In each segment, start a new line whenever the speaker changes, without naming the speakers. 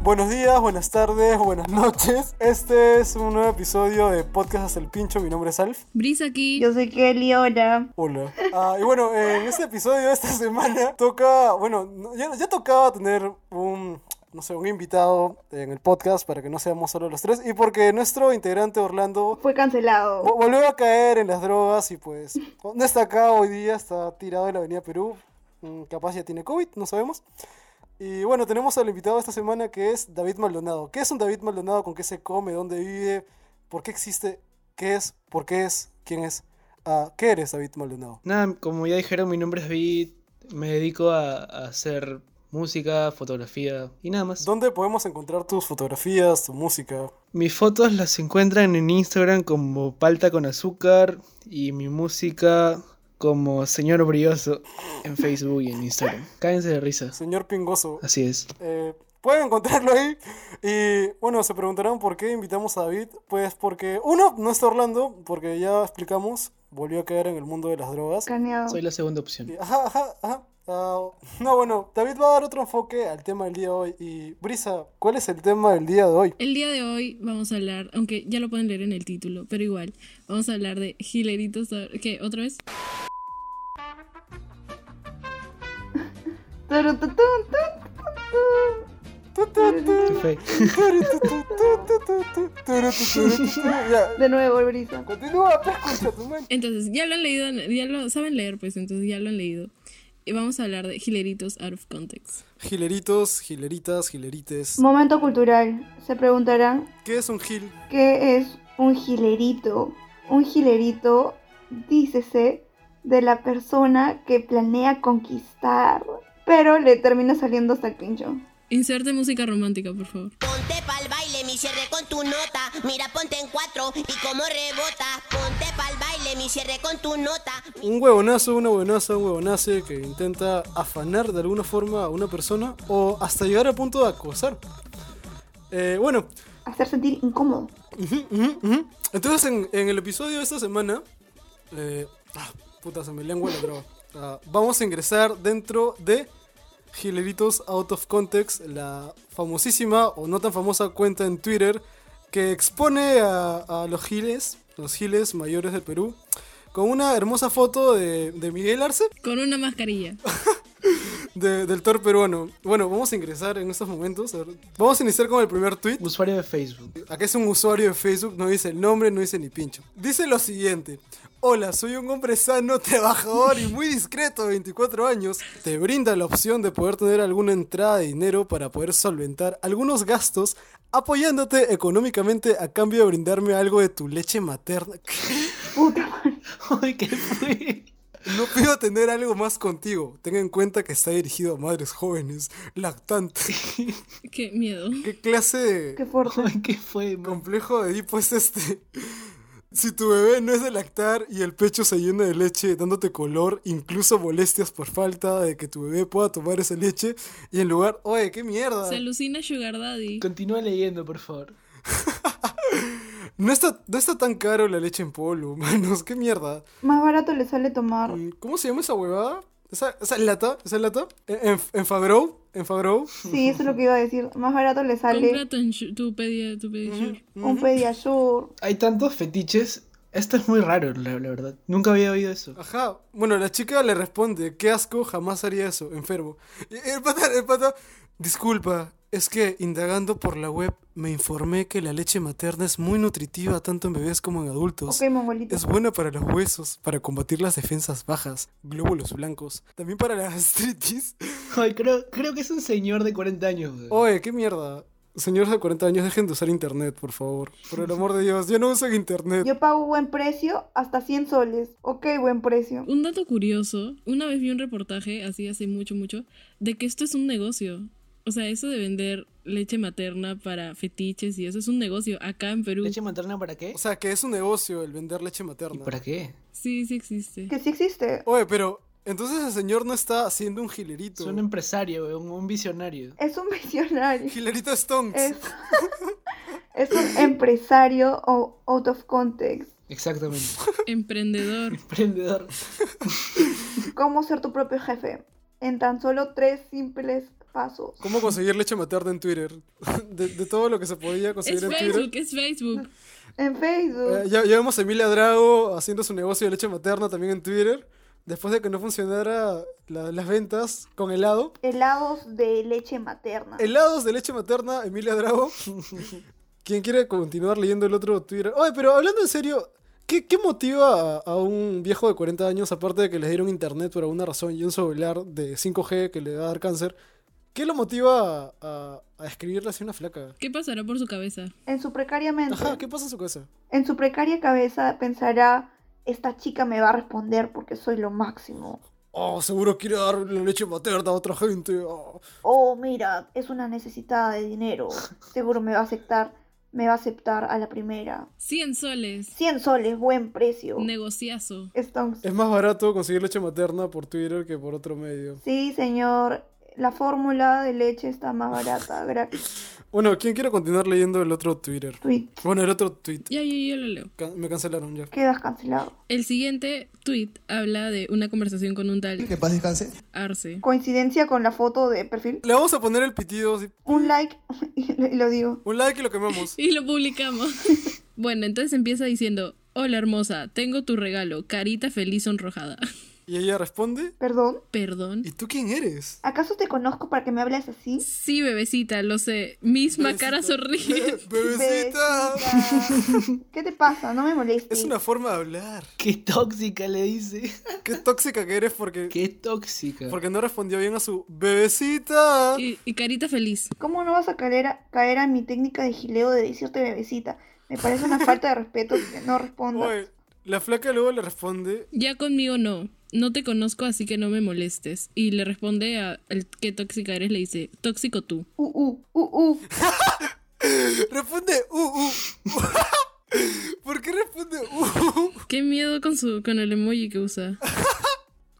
Buenos días, buenas tardes, buenas noches. Este es un nuevo episodio de Podcast Hasta el Pincho. Mi nombre es Alf.
Brisa aquí.
Yo soy Kelly, hola.
Hola. Ah, y bueno, en este episodio de esta semana toca, bueno, no- ya, ya tocaba tener un, no sé, un invitado en el podcast para que no seamos solo los tres. Y porque nuestro integrante Orlando
Fue cancelado.
Oh,
vo- volvió a caer en las drogas y pues no está acá hoy día, está tirado en la avenida Perú. Mm, Capaz ya tiene COVID, no sabemos. Y bueno, tenemos al invitado esta semana que es David Maldonado. ¿Qué es un David Maldonado? ¿Con qué se come? ¿Dónde vive? ¿Por qué existe? ¿Qué es? ¿Por qué es? ¿Quién es? Ah, ¿Qué eres, David Maldonado?
Nada, como ya dijeron, mi nombre es Vid, me dedico a, a hacer música, fotografía y nada más.
¿Dónde podemos encontrar tus fotografías, tu música?
Mis fotos las encuentran en Instagram como Palta con Azúcar y mi música como Señor Brioso en Facebook y en Instagram. Cádense de risa.
Señor Pingoso.
Así es.
Eh, pueden encontrarlo ahí. Y bueno, se preguntarán por qué invitamos a David. Pues porque, uno, no está Orlando, porque ya explicamos, volvió a caer en el mundo de las drogas.
Escaneado.
Soy la segunda opción.
Y- Ajá, ajá, ajá. Ah, no, bueno, David va a dar otro enfoque al tema del día de hoy. Y Brisa, ¿cuál es el tema del día de hoy?
El día de hoy vamos a hablar, aunque ya lo pueden leer en el título, pero igual, vamos a hablar de hileritos. ¿Qué? ¿Otra vez?
Turututun, tun, tun, tun.
Tu, tu, tu,
Qué fe.
turu, tu, tu, tu, tu, tu, turu, tu, turu, tu, tu. Ya,
De nuevo, Brisa.
continúa, pues, concha tu madre.
Entonces, ya lo han leído, ya lo saben leer, pues, entonces ya lo han leído. Y vamos a hablar de hileritos out of context.
Gileritos, gileritas, gilerites.
Momento cultural. Se preguntarán
¿Qué es un gil?
qué es un gilerito. Un gilerito, dícese, de la persona que planea conquistar, pero le termina saliendo hasta el pincho.
Inserte música romántica, por favor.
Ponte pa'l baile, mi cierre con tu nota. Mira, ponte en cuatro y como rebota. Ponte pa'l baile, mi cierre con tu nota.
un huevonazo, una huevonaza, un huevonace que intenta afanar de alguna forma a una persona o hasta llegar a punto de acosar. Eh, bueno,
Hacer sentir incómodo.
ujú, ujú, ujú. entonces en, en el episodio de esta semana, eh, ah, puta, se me lengua la traba. Ah, vamos a ingresar dentro de Gileritos Out of Context, la famosísima o no tan famosa cuenta en Twitter que expone a, a los giles, los giles mayores del Perú, con una hermosa foto de- de Miguel Arce
Con una mascarilla.
de- del Thor peruano. Bueno, vamos a ingresar en estos momentos. A ver, Vamos a iniciar con el primer tweet.
Usuario de Facebook.
Acá es un usuario de Facebook, no dice el nombre, no dice ni pincho. Dice lo siguiente. Hola, soy un hombre sano, trabajador y muy discreto, de 24 años. Te brinda la opción de poder tener alguna entrada de dinero para poder solventar algunos gastos, apoyándote económicamente a cambio de brindarme algo de tu leche materna.
Puta madre.
Ay, qué fe.
No pido tener algo más contigo. Tenga en cuenta que está dirigido a madres jóvenes, lactantes.
Qué miedo.
¿Qué clase de
Qué fuerte.
Ay, qué fue,
complejo de Edipo es este? Si tu bebé no es de lactar y el pecho se llena de leche dándote color, incluso molestias por falta de que tu bebé pueda tomar esa leche, y en lugar, oye, qué mierda.
Se alucina Sugar Daddy.
Continúa leyendo, por favor.
No está, no está tan caro la leche en polvo, manos, qué mierda.
Más barato le sale tomar.
Mm, ¿Cómo se llama esa huevada? ¿Esa, esa lata? ¿Esa lata? ¿En, en Fagrow? ¿En Fagrow?
Sí, eso es lo que iba a decir. Más barato le
Compra
sale
tu, ensu- tu pedi- tu pedicure.
un pediasur.
Hay tantos fetiches. Esto es muy raro, la, la verdad. Nunca había oído eso.
Ajá. Bueno, la chica le responde, qué asco, jamás haría eso, enfermo. Y el pata, el pata, disculpa, es que indagando por la web me informé que la leche materna es muy nutritiva tanto en bebés como en adultos.
Ok, mongolito.
Es buena para los huesos, para combatir las defensas bajas, glóbulos blancos, también para la gastritis.
Ay, creo, creo que es un señor de 40 años. güey.
Oye, qué mierda. Señores de 40 años, dejen de usar internet, por favor. Por el amor de Dios, yo no uso internet.
Yo pago buen precio hasta 100 soles. Ok, buen precio.
Un dato curioso, una vez vi un reportaje, así hace mucho, mucho, de que esto es un negocio. O sea, eso de vender leche materna para fetiches y eso es un negocio acá en Perú.
¿Leche materna para qué?
O sea, que es un negocio el vender leche
¿Y
materna.
para qué?
Sí, sí existe.
Que sí existe.
Oye, pero entonces el señor no está haciendo un gilerito.
Es un empresario, güey, un, un visionario.
Es un visionario.
Gilerito Stonks.
Es, es un empresario o out of context.
Exactamente.
Emprendedor.
Emprendedor.
¿Cómo ser tu propio jefe? En tan solo tres simples pasos.
¿Cómo conseguir leche materna en Twitter? De, de todo lo que se podía
Es
conseguir en
Facebook,
Twitter.
es Facebook.
En Facebook.
Eh, ya, ya vemos a Emilia Drago haciendo su negocio de leche materna también en Twitter. Después de que no funcionara la- las ventas con helado.
Helados de leche materna.
Helados de leche materna, Emilia Drago. ¿Quién quiere continuar leyendo el otro Twitter? Oye, pero hablando en serio, ¿qué, qué motiva a, a un viejo de 40 años, aparte de que les dieron internet por alguna razón y un celular de 5G que le va a dar cáncer? ¿Qué lo motiva a, a- a escribirle así a una flaca?
¿Qué pasará por su cabeza?
En su precaria mente.
Ajá, ¿qué pasa en su cabeza?
En su precaria cabeza pensará, esta chica me va a responder porque soy lo máximo.
Oh, seguro quiere dar la leche materna a otra gente. oh.
Oh, mira, es una necesitada de dinero. Seguro me va a aceptar. Me va a aceptar a la primera.
100 soles.
100 soles, buen precio.
Negociazo.
Entonces,
Es más barato conseguir leche materna por Twitter que por otro medio.
sí, señor. La fórmula de leche está más barata. Gratis.
Bueno, ¿quién quiere continuar leyendo el otro Twitter?
Tweet.
Bueno, el otro tweet.
Ya, ya, ya lo leo.
Can- me cancelaron ya.
Quedas cancelado.
El siguiente tweet habla de una conversación con un tal
Que paz descanse.
Arce.
Coincidencia con la foto de perfil.
Le vamos a poner el pitido, así,
Un like y lo- y lo digo.
un like y lo quemamos.
Y lo publicamos. bueno, entonces empieza diciendo: Hola hermosa, tengo tu regalo. Carita feliz sonrojada.
Y ella responde,
Perdón.
Perdón.
¿y tú quién eres?
¿Acaso te conozco para que me hables así?
Sí, bebecita, lo sé. Misma cara
Be-
sonríe.
Bebecita.
Besita. ¿Qué te pasa? No me molestes.
Es una forma de hablar.
Qué tóxica le dice.
Qué tóxica que eres porque,
Qué tóxica.
porque no respondió bien a su bebecita.
Y, y carita feliz.
¿Cómo no vas a caer, a caer a mi técnica de gileo de decirte bebecita? Me parece una falta de respeto que no respondas.
Oye, la flaca luego le responde,
Ya conmigo no. No te conozco, así que no me molestes. Y le responde a el qué tóxica eres, le dice, tóxico tú.
Uh, uh, uh, uh.
responde, uh, uh. ¿Por qué responde, uh, uh?
Qué miedo con su, con el emoji que usa.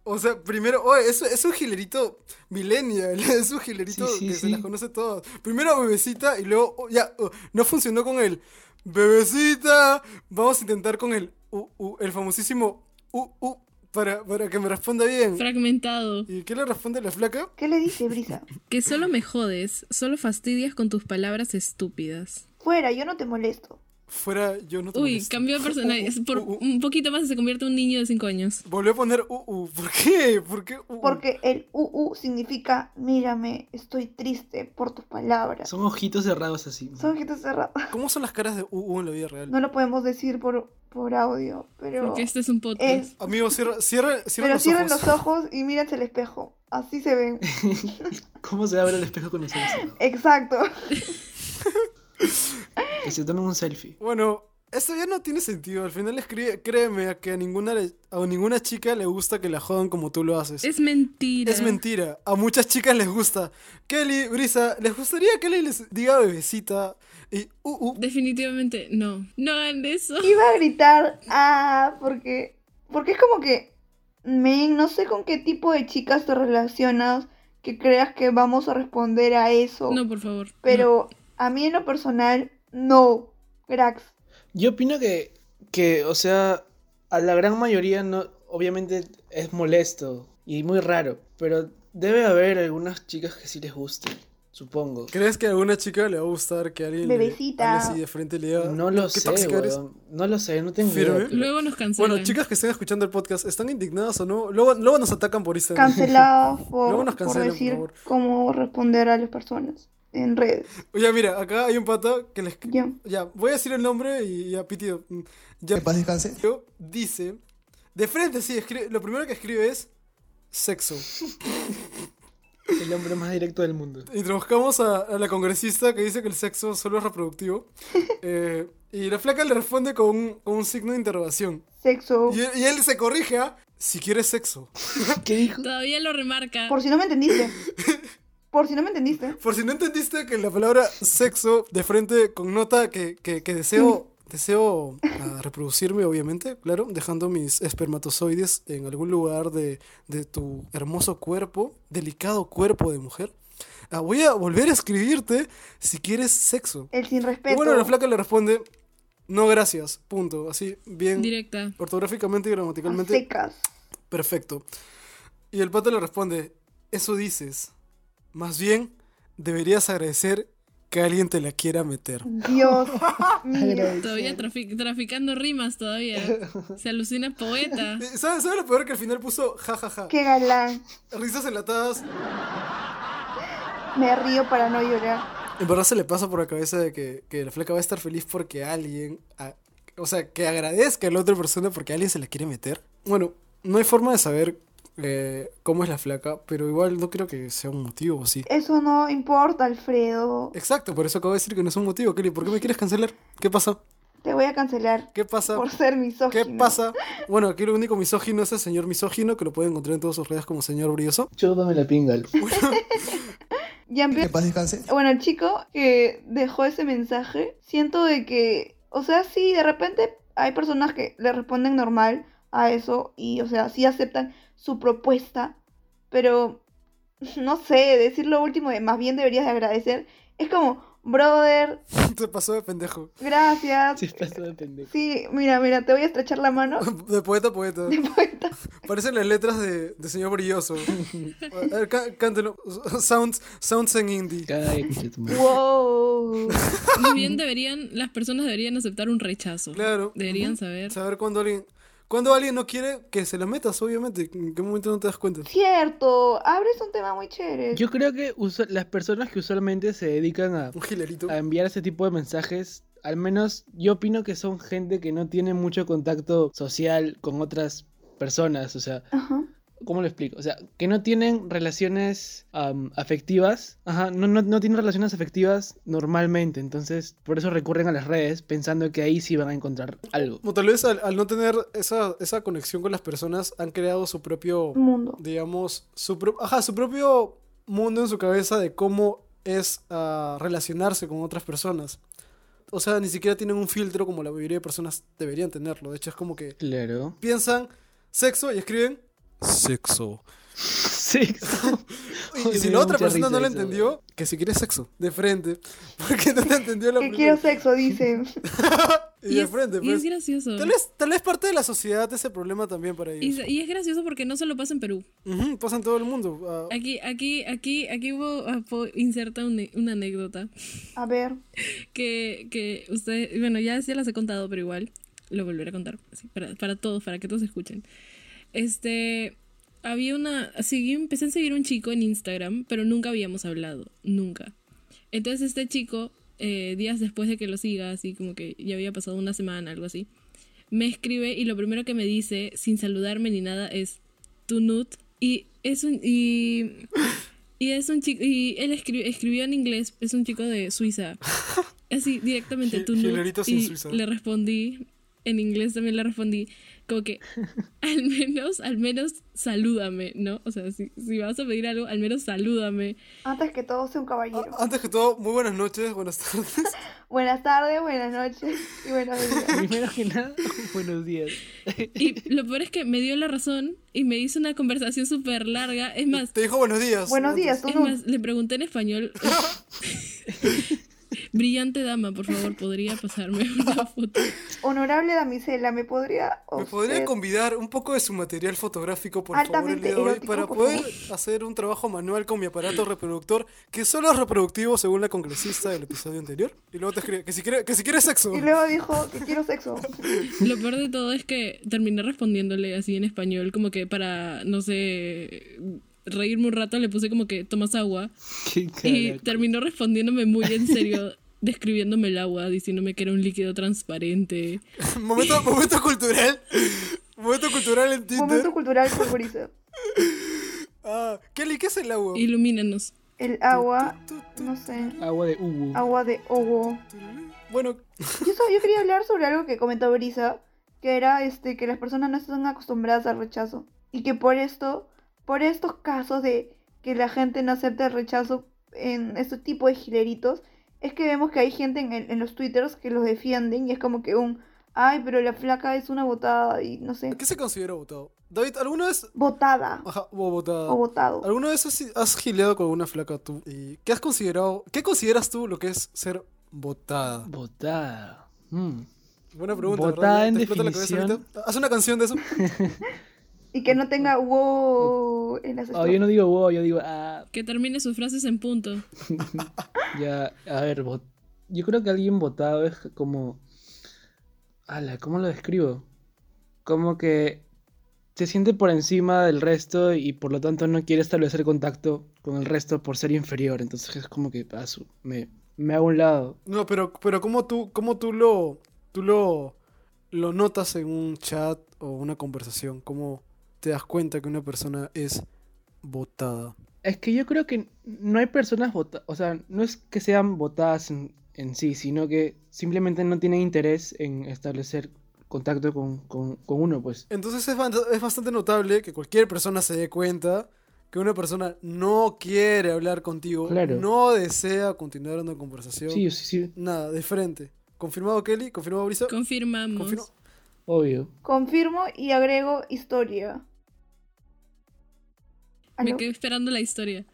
O sea, primero, oye, es, es un gilerito millennial, es un gilerito
Sí, sí,
que se
sí.
las conoce todas. Primero bebecita y luego, oh, ya, oh, no funcionó con el bebecita. Vamos a intentar con el uh, uh, el famosísimo uh, uh, para, para que me responda bien.
Fragmentado.
¿Y qué le responde la flaca?
¿Qué le dice, Brisa?
Que solo me jodes, solo fastidias con tus palabras estúpidas.
Fuera, yo no te molesto.
Fuera, yo no te
Uy,
molesto.
cambió de personaje. Es Por
Uh, uh.
un poquito más y se convierte en un niño de 5 años.
Volvió a poner uh, uh. ¿Por qué? ¿Por qué? uh, uh?
Porque el uh, uh significa, mírame, estoy triste por tus palabras.
Son ojitos cerrados así.
Son ojitos cerrados.
¿Cómo son las caras de uh, uh en la vida real?
No lo podemos decir por, por audio, pero...
Porque este es un podcast.
Es,
Amigos, cierra, cierra, cierra
pero
los
cierren
ojos.
los ojos y mírense el espejo. Así se ven.
¿Cómo se abre el espejo con los ojos cerrados?
Exacto.
Que se tomen un selfie.
Bueno, esto ya no tiene sentido. Al final escribe, créeme a que a ninguna, le- a ninguna chica le gusta que la jodan como tú lo haces.
Es, mentira.
Es mentira. A muchas chicas les gusta. Kelly, Brisa, ¿les gustaría que Kelly les diga bebecita? Y uh, uh.
Definitivamente no. No hagan eso.
Iba a gritar, ah, porque, porque es como que, men, no sé con qué tipo de chicas te relacionas que creas que vamos a responder a eso.
No, por favor.
pero a mí en lo personal, no, Grax.
Yo opino que, que, o sea, a la gran mayoría no, obviamente es molesto y muy raro, pero debe haber algunas chicas que sí les guste, supongo.
¿Crees que a alguna chica le va a gustar que alguien
Bebecita.
le hable así de frente y le diga
No lo
"Qué
sé,
tóxica eres"?
weón. No lo sé, no tengo
Firme.
idea.
No.
pero-
Luego nos cancelan.
Bueno, chicas que estén escuchando el podcast, ¿están indignadas o no? Luego, luego nos atacan por Instagram.
Cancelados por,
Luego nos
por
cancelan, por
decir
favor.
cómo responder a las personas en redes.
Oye, mira, acá hay un pata que les...
Ya.
Ya, voy a decir el nombre y ya, pitido. Ya,
Que paz descanse.
Yo dice, de frente sí, escribe- lo primero que escribe es sexo.
El hombre más directo del mundo.
Y nos buscamos a, a la congresista que dice que el sexo solo es reproductivo. Eh, y la flaca le responde con un, con un signo de interrogación.
Sexo.
Y, él- y él se corrige a, si quieres sexo.
¿Qué dijo?
Todavía lo remarca.
Por si no me entendiste. Por si no me entendiste.
Por si no entendiste que la palabra sexo de frente connota que, que, que deseo, deseo ah, reproducirme, obviamente, claro, dejando mis espermatozoides en algún lugar de, de tu hermoso cuerpo, delicado cuerpo de mujer. Ah, voy a volver a escribirte si quieres sexo.
El sin
Y
respeto.
bueno, la flaca le responde, no gracias, punto. Así, bien
Directa.
ortográficamente y
a
gramaticalmente
secas.
perfecto. Y el pato le responde, eso dices. Más bien, deberías agradecer que alguien te la quiera meter.
Dios mío.
Todavía trafic- traficando rimas todavía. Se alucina poeta.
Eh, ¿Sabes sabes lo peor que al final puso jajaja?
Qué galán.
Risas enlatadas.
Me río para no llorar.
En verdad se le pasa por la cabeza de que, que la flaca va a estar feliz porque alguien. a- o sea, que agradezca a la otra persona porque alguien se la quiere meter. Bueno, no hay forma de saber eh, cómo es la flaca, pero igual no creo que sea un motivo, sí.
Eso no importa, Alfredo.
Exacto, por eso acabo de decir que no es un motivo, Kelly. ¿Por qué me quieres cancelar? ¿Qué pasa?
Te voy a cancelar
¿Qué pasa?
por ser
¿Qué
misógino.
pasa? Bueno, aquí lo único misógino es el señor misógino, que lo pueden encontrar en todas sus redes como señor brioso.
Chúpame la pinga.
Ya empie-
Que paz descanse.
Bueno, el chico que dejó ese mensaje, siento de que, o sea, sí, de repente hay personas que le responden normal a eso y, o sea, sí aceptan su propuesta, pero, no sé, decir lo último de más bien deberías de agradecer, es como, brother,
Se pasó de pendejo.
gracias.
Se pasó de pendejo.
Sí, mira, mira, te voy a estrechar la mano.
De poeta a poeta.
De vuelta.
Parecen las letras de, de señor brilloso. A ver, cá- cántelo. Sounds, sounds en indie.
Cállate, concha de tu madre.
wow.
Muy bien deberían, las personas deberían aceptar un rechazo.
Claro.
Deberían
Ujú.
saber.
Saber cuando alguien. Cuando alguien no quiere que se la metas, obviamente. ¿En qué momento no te das cuenta?
Cierto, abres un tema muy chévere.
Yo creo que usa- las personas que usualmente se dedican a,
Un gilerito.
a enviar ese tipo de mensajes, al menos yo opino que son gente que no tiene mucho contacto social con otras personas. O sea,
Ajá.
¿Cómo lo explico? O sea, que no tienen relaciones am, afectivas. Ajá, no, no, no tienen relaciones afectivas normalmente. Entonces, por eso recurren a las redes pensando que ahí sí van a encontrar algo.
O tal vez al, al no tener esa, esa conexión con las personas, han creado su propio.
Mundo.
digamos, su, pro- ajá, su propio mundo en su cabeza de cómo es ah, relacionarse con otras personas. O sea, ni siquiera tienen un filtro como la mayoría de personas deberían tenerlo. De hecho, es como que
Claro.
piensan sexo y escriben sexo.
Sí.
Y, si
Me
la
dio
otra
mucha
persona
risa
no lo
eso,
entendió, que si quiere sexo, de frente. Porque no te entendió la
Que
primera.
quiero sexo, dice.
Y, de
es,
frente,
y
pues.
es gracioso.
Tal vez, tal vez parte de la sociedad ese problema también para
Y,
ellos.
se- y es gracioso porque no solo pasa en Perú.
Ujú, pasa en todo el mundo. ah,
Aquí, aquí, aquí, aquí hubo, ah, po- inserta un- una anécdota.
A ver.
que, que usted, bueno, ya, ya las he contado, pero igual lo volveré a contar sí, para, para todos, para que todos escuchen. Este, había una, seguí, empecé a seguir un chico en Instagram, pero nunca habíamos hablado, nunca. Entonces este chico, eh, días después de que lo siga, así como que ya había pasado una semana, algo así, me escribe y lo primero que me dice, sin saludarme ni nada, es tu nut. Y es un, y, y es un chico, y él escri- escribió en inglés, es un chico de Suiza. Así, directamente,
Gil-
tu nut.
Gilerito sin
Y
Suiza.
le respondí, en inglés también le respondí, como que, al menos, al menos, salúdame, ¿no? O sea, si, si vas a pedir algo, al menos salúdame.
Antes que todo, sea un caballero.
a- ah, antes que todo, muy buenas noches, buenas tardes.
Buenas tardes, buenas noches y buenos días.
Primero que nada, buenos días.
Y lo peor es que me dio la razón y me hizo una conversación súper larga. Es más,
Te dijo buenos días.
buenos días, tú
es
no.
más, le pregunté en español. Brillante dama, por favor, podría pasarme una foto.
Honorable damisela, ¿me podría
¿Me
usted-
podría convidar un poco de su material fotográfico, por favor, el
Eh, Altamente
día de hoy,
erótico,
para
por
poder hacer un trabajo manual con mi aparato reproductor, que solo es reproductivo según la congresista del episodio anterior? Y luego te escribe, que si quiere, que si quiere sexo.
Y luego dijo que quiero sexo.
Lo peor de todo es que terminé respondiéndole así en español, como que para, no sé, reírme un rato, le puse como que tomas agua.
Qué
Y
carajo.
terminó respondiéndome muy en serio, describiéndome el agua, diciéndome que era un líquido transparente.
momento, momento cultural. Momento cultural en Tinder.
Momento cultural favorizo.
Ah, Kelly, ¿qué es el agua?
Ilumínanos.
El agua,
Tu, tu,
no sé,
Agua de Ubu.
agua de ogo.
Bueno,
Yo, so- yo quería hablar sobre algo que comentó Brisa, que era este que las personas no están acostumbradas al rechazo y que por esto, por estos casos de que la gente no acepta el rechazo en este tipo de gileritos, es que vemos que hay gente en, el- en los twitters que los defienden y es como que un, ay, pero la flaca es una botada y no sé,
¿qué se considera votado? David, ¿alguna vez.
botada
Ajá, o votada.
o botado.
¿Alguna vez has, has gileado con una flaca tú? ¿Y qué has considerado? ¿Qué consideras tú lo que es ser votada?
Botada. Mm.
Buena pregunta.
Botada
¿verdad?
en
¿Te explota la cabeza
definición.
ahorita? Haz una canción de eso.
Y que no tenga wow en las
Oh, yo
estrofas.
no digo wow, yo digo ah.
Que termine sus frases en punto.
Ya, a ver, vot- yo creo que alguien votado es como. Ala, ¿cómo lo describo? Como que se siente por encima del resto y por lo tanto no quiere establecer contacto con el resto por ser inferior. Entonces es como que ah, su- me, me hago a un lado.
No, pero, pero ¿cómo tú, cómo tú lo, tú lo, lo notas en un chat o una conversación? ¿Cómo te das cuenta que una persona es votada?
Es que yo creo que no hay personas votadas, o sea, no es que sean votadas en, en sí, sino que simplemente no tienen interés en establecer contacto con, con- con uno, pues.
Entonces es, ban- es bastante notable que cualquier persona se dé cuenta que una persona no quiere hablar contigo,
Claro.
no desea continuar una conversación.
Sí, sí, sí,
Nada, de frente. ¿Confirmado Kelly? ¿Confirmado Brisa?
Confirmamos.
Confirmo.
obvio.
Confirmo y agrego historia.
Me
Aló.
quedé esperando la historia.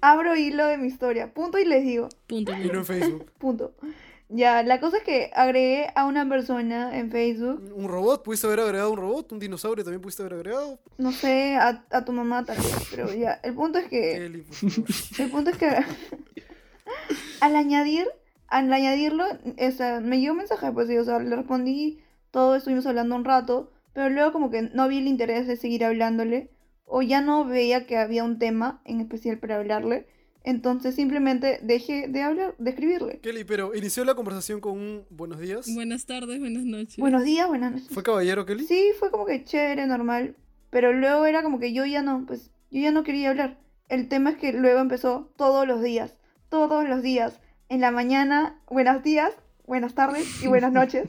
Abro hilo de mi historia. Punto y les digo.
Punto.
Y no en Facebook.
Punto. Ya, la cosa es que agregué a una persona en Facebook.
¿Un robot? ¿Pudiste haber agregado un robot? ¿Un dinosaurio también pudiste haber agregado?
No sé, a, a tu mamá tal vez, pero ya. El punto es que.
Kelly, por favor.
El punto es que al añadir, al añadirlo, o sea, me llegó un mensaje, pues y, o sea, le respondí todo, estuvimos hablando un rato, pero luego como que no vi el interés de seguir hablándole, o ya no veía que había un tema en especial para hablarle, entonces simplemente dejé de hablar, de escribirle.
Kelly, pero inició la conversación con un buenos días.
Buenas tardes, buenas noches.
Buenos días, buenas noches.
¿Fue caballero Kelly?
Sí, fue como que chévere, normal, pero luego era como que yo ya no, pues yo ya no quería hablar. El tema es que luego empezó todos los días, todos los días, en la mañana, buenos días, buenas tardes y buenas noches,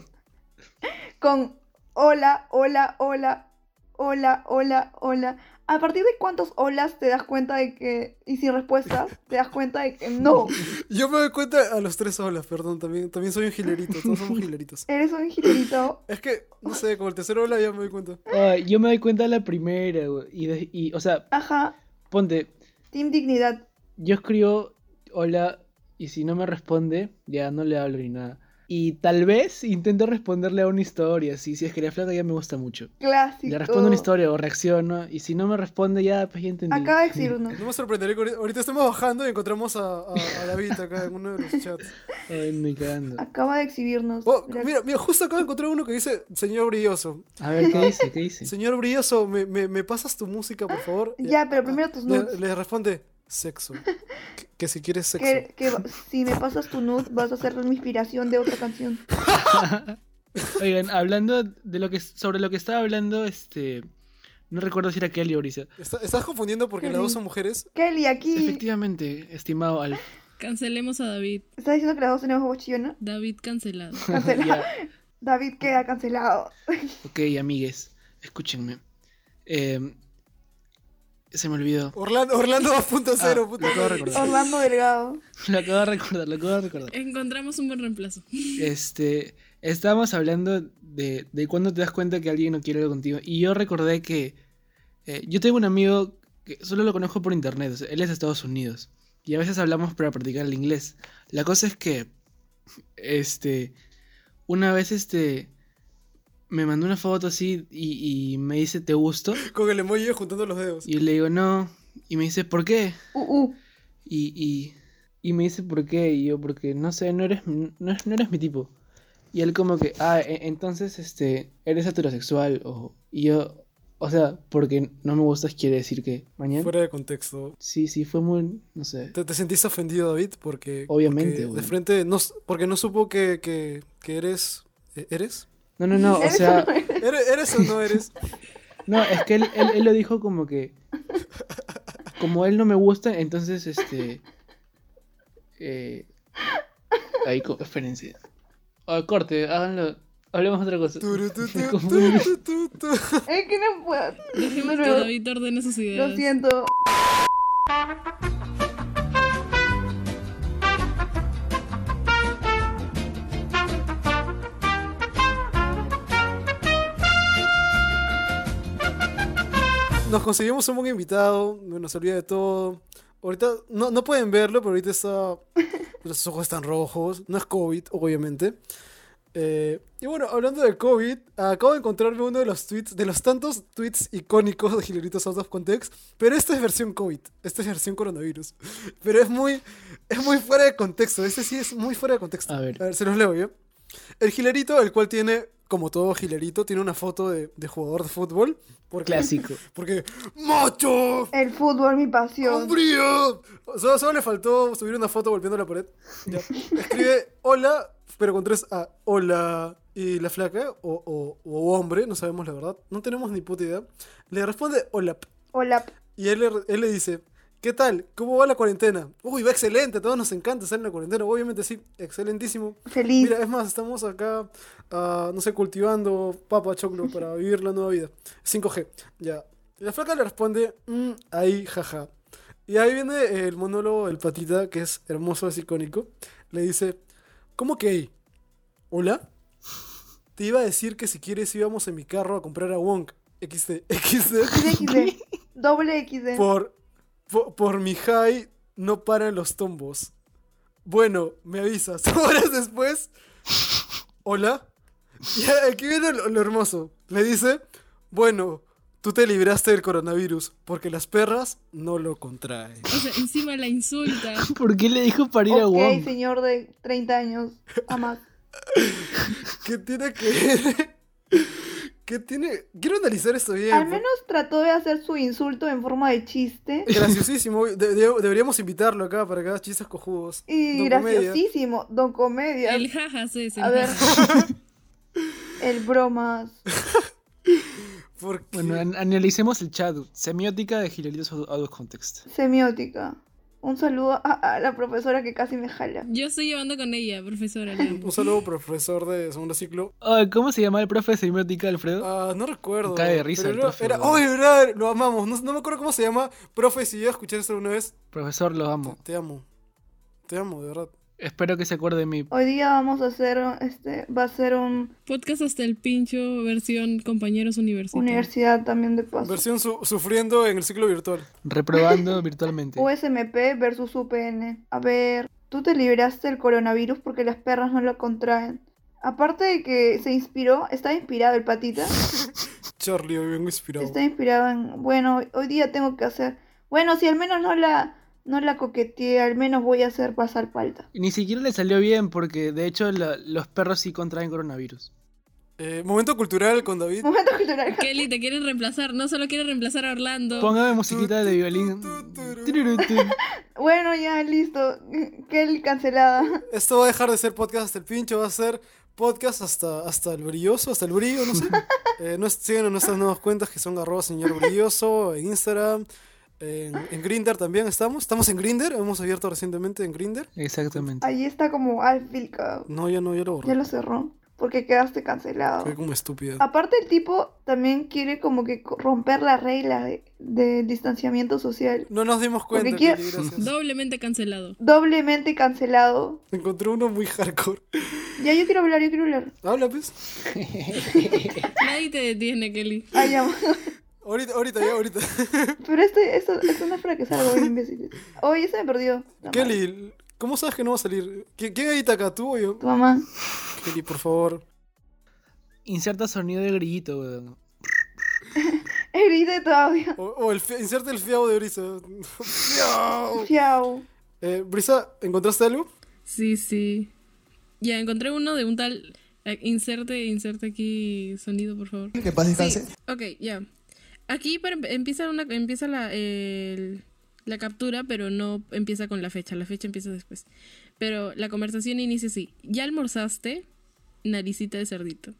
con hola, hola, hola, hola, hola, hola. A partir de cuántos olas te das cuenta de que, y sin respuestas, te das cuenta de que no,
Yo me doy cuenta a los tres olas, perdón, también, también soy un gilerito, todos somos gileritos.
eres un gilerito.
Es que, no sé, con el tercer ola ya me doy cuenta.
Ay, yo me doy cuenta de la primera, güey, y, de- y, o sea,
Ajá,
ponte,
Team Dignidad.
yo escribo hola y si no me responde, ya no le hablo ni nada. Y tal vez intento responderle a una historia, si, si es que la flaca ya me gusta mucho.
Clásico.
Le respondo una historia o reacciono y si no me responde ya, pues ya entendí.
Acaba de decirnos.
No me sorprenderé que ahorita- ahorita estamos bajando y encontramos a, a, a David acá en uno de los chats.
Ay, me cagando.
Acaba de exhibirnos.
Oh,
La-
mira, mira, justo acá encontré uno que dice, señor brilloso.
Ah.
A ver, ¿qué dice? ¿Qué dice?
Señor brilloso, ¿me, me, me pasas tu música, por favor?
Ya, pero primero tus
Le,
nudes.
le responde, sexo. Que, que si quieres sexo.
Que, que va- si me pasas tu nude vas a ser la inspiración de otra canción.
Oigan, hablando de lo que, sobre lo que estaba hablando, este, no recuerdo si era Kelly o Brisa.
Está- estás confundiendo porque las dos son mujeres.
Kelly, aquí
Efectivamente, estimado Alf.
Cancelemos a David.
está diciendo que las dos tenemos voz chillona.
David cancelado.
Cancela.
Ya.
David queda cancelado.
Ok, amigues, escúchenme. Eh, se me olvidó.
Orlando, Orlando 2.0.
Ah,
puta
lo acabo de
madre.
recordar.
Orlando Delgado.
Lo acabo de recordar, lo acabo de recordar.
Encontramos un buen reemplazo.
Este, estábamos hablando de, de cuando te das cuenta que alguien no quiere algo contigo. Y yo recordé que eh, yo tengo un amigo que solo lo conozco por internet. o sea, él es de Estados Unidos. Y a veces hablamos para practicar el inglés. La cosa es que, este, una vez este, me mandó una foto así y, y me dice, ¿te gusto?
Con el emoji juntando los dedos.
Y yo le digo, no. Y me dice, ¿por qué?
Uh, uh.
Y, y, y me dice por qué, y yo, porque no sé, no eres, no, es- no eres mi tipo. Y él como que, ah, e- entonces, este, eres heterosexual, o... Y yo, o sea, porque no me gustas quiere decir que mañana...
Fuera de contexto.
Sí, sí, fue muy, no sé.
¿Te, te sentiste ofendido, David? Porque.
Obviamente,
porque
güey.
De frente, no, s- porque no supo que, que, que eres. ¿e- ¿Eres?
No, no, no, o sea,
¿Ere- ¿Eres o no eres?
no, es que él, él, él lo dijo como que... Como él no me gusta, entonces, este... Eh, ahí, co- espérense. Ah, corte, háganlo. Hablemos de otra cosa.
Turu, tu, tu,
Como-
tu, tu, tu, tu.
Es que no puedo.
Dejemos
Pero-
que David ordene sus
Lo
ideas.
siento.
Nos conseguimos un buen invitado. Nos olvida de todo. Ahorita no, no pues, pueden verlo, pero ahorita está. Los ojos están rojos. No es COVID, obviamente. Eh, y bueno, hablando de COVID, acabo de encontrarme uno de los tweets, de los tantos tweets icónicos de Gileritos Out of Context, pero esta es versión COVID, esta es versión coronavirus. Pero es muy, es muy fuera de contexto, este sí es muy fuera de contexto.
A ver.
se los leo yo. El Gilerito, el cual tiene, como todo Gilerito, tiene una foto de, de jugador de fútbol. Porque,
Clásico.
Porque, ¡macho!
El fútbol, mi pasión.
¡Hombrío! Solo, solo le faltó subir una foto golpeando la pared. Ya. Escribe hola, pero con tres A. Hola. Y la flaca, o, o- o hombre, no sabemos la verdad, no tenemos ni puta idea, le responde hola.
Hola.
Y él, le- él le dice, ¿qué tal? ¿Cómo va la cuarentena? Uy, va excelente, a todos nos encanta estar en la cuarentena. Obviamente sí, excelentísimo.
Feliz.
Mira, es más, estamos acá, ah, no sé, cultivando papa choclo para vivir la nueva vida. 5G, ya. Y la flaca le responde, "Mm, ahí, jaja. Y ahí viene el monólogo del patita, que es hermoso, es icónico. Le dice, ¿cómo que ahí? ¿Hola? Te iba a decir que si quieres íbamos en mi carro a comprar a Wonk. XD, XD.
XD. Doble XD.
Por, por, por mi high no paran los tombos. Bueno, me avisas. Horas después. Hola. Y aquí viene lo, lo hermoso. Le dice, bueno, tú te libraste del coronavirus porque las perras no lo contraen.
O sea, encima la insulta.
¿Por qué le dijo parir a
Ok,
Wong?
señor de 30 años. A más.
¿Qué tiene que... ¿Qué tiene? Quiero analizar esto bien.
Al menos trató de hacer su insulto en forma de chiste.
Graciosísimo. De- de- deberíamos invitarlo acá para que haga chistes cojudos.
Y
Don Comedia.
graciosísimo. Don Comedia.
El jajas es el
A ver.
jajas.
El bromas.
Porque...
Bueno, an- analicemos el chat. Semiótica de Gileritos Out of Context.
Semiótica. Un saludo a, a la profesora que casi me jala.
Yo estoy llevando con ella, profesora. la amo.
Un saludo, profesor de segundo ciclo.
Ah, ¿Cómo se llama el profe de semiótica, Alfredo?
Ah, no recuerdo.
Me cae de risa
pero
el
era-
profe,
era,
weón.
¡Ay, brother! Lo amamos. No, no me acuerdo cómo se llama. Profe, si yo escuché esto alguna vez,
Profesor, lo
te,
amo.
te amo. Te amo, de verdad.
Espero que se acuerde de mí.
Hoy día vamos a hacer, este, va a ser un
Podcast hasta el pincho, versión compañeros universitarios.
universidad también de paso.
Versión su- sufriendo en el ciclo virtual.
Reprobando
Pues
virtualmente.
USMP versus UPN. A ver, tú te libraste del coronavirus porque las perras no lo contraen. Aparte de que se inspiró, está inspirado el patita.
Charlie, hoy vengo inspirado.
Está inspirado en, bueno, hoy- hoy día tengo que hacer. Bueno, si al menos no la, no la coqueteé, al menos voy a hacer pasar palta.
Ni siquiera le salió bien porque de hecho la- los perros sí contraen coronavirus.
Eh, momento cultural con David.
Momento cultural.
Kelly, te quieren reemplazar. No solo quieren reemplazar a Orlando.
Póngame musiquita de violín. Tururutun.
Bueno, ya, listo. Kelly cancelada.
Esto va a dejar de ser podcast hasta el pincho, va a ser podcast hasta, hasta el brilloso, hasta el brillo, no sé. Eh, nos siguen en nuestras nuevas cuentas que son arroba señor brilloso, en Instagram, en, en Grinder también estamos. Estamos en Grinder, hemos abierto recientemente en Grinder.
Exactamente.
Ahí está como Alfilca.
No, ya no, ya lo borré.
Ya lo cerró. Porque quedaste cancelado.
Fue como estúpida.
Aparte el tipo también quiere como que co- romper las reglas de, de distanciamiento social.
No nos dimos cuenta,
Porque
Kelly, gracias.
Doblemente cancelado.
Doblemente cancelado.
Encontré uno muy hardcore.
Ya yo quiero hablar, yo quiero hablar.
Habla, pues.
Nadie te detiene, Kelly.
Ay, ya.
Ahorita, ahorita, ya, ahorita.
Pero este, esto, esto no es para que salga hoy, imbéciles. Oye, se me perdió. La madre.
Kelly, ¿cómo sabes que no va a salir? ¿Qui- ¿Quién edita acá, tú o yo?
Tu mamá.
Kelly, por favor.
Inserta sonido de grillito, weón.
Herida todavía.
O, o el, fi- inserte el fiao de Brisa. ¡Fiao!
Chao.
Eh, Brisa, ¿encontraste algo?
Sí, sí. Ya encontré uno de un tal. eh, Inserte, inserte aquí sonido, por favor.
Que paz descanse.
Sí, ok, ya. Aquí para em- empieza, una, empieza la, el- la captura, pero no empieza con la fecha. La fecha empieza después. Pero la conversación inicia así. ¿Ya almorzaste? Naricita de cerdito.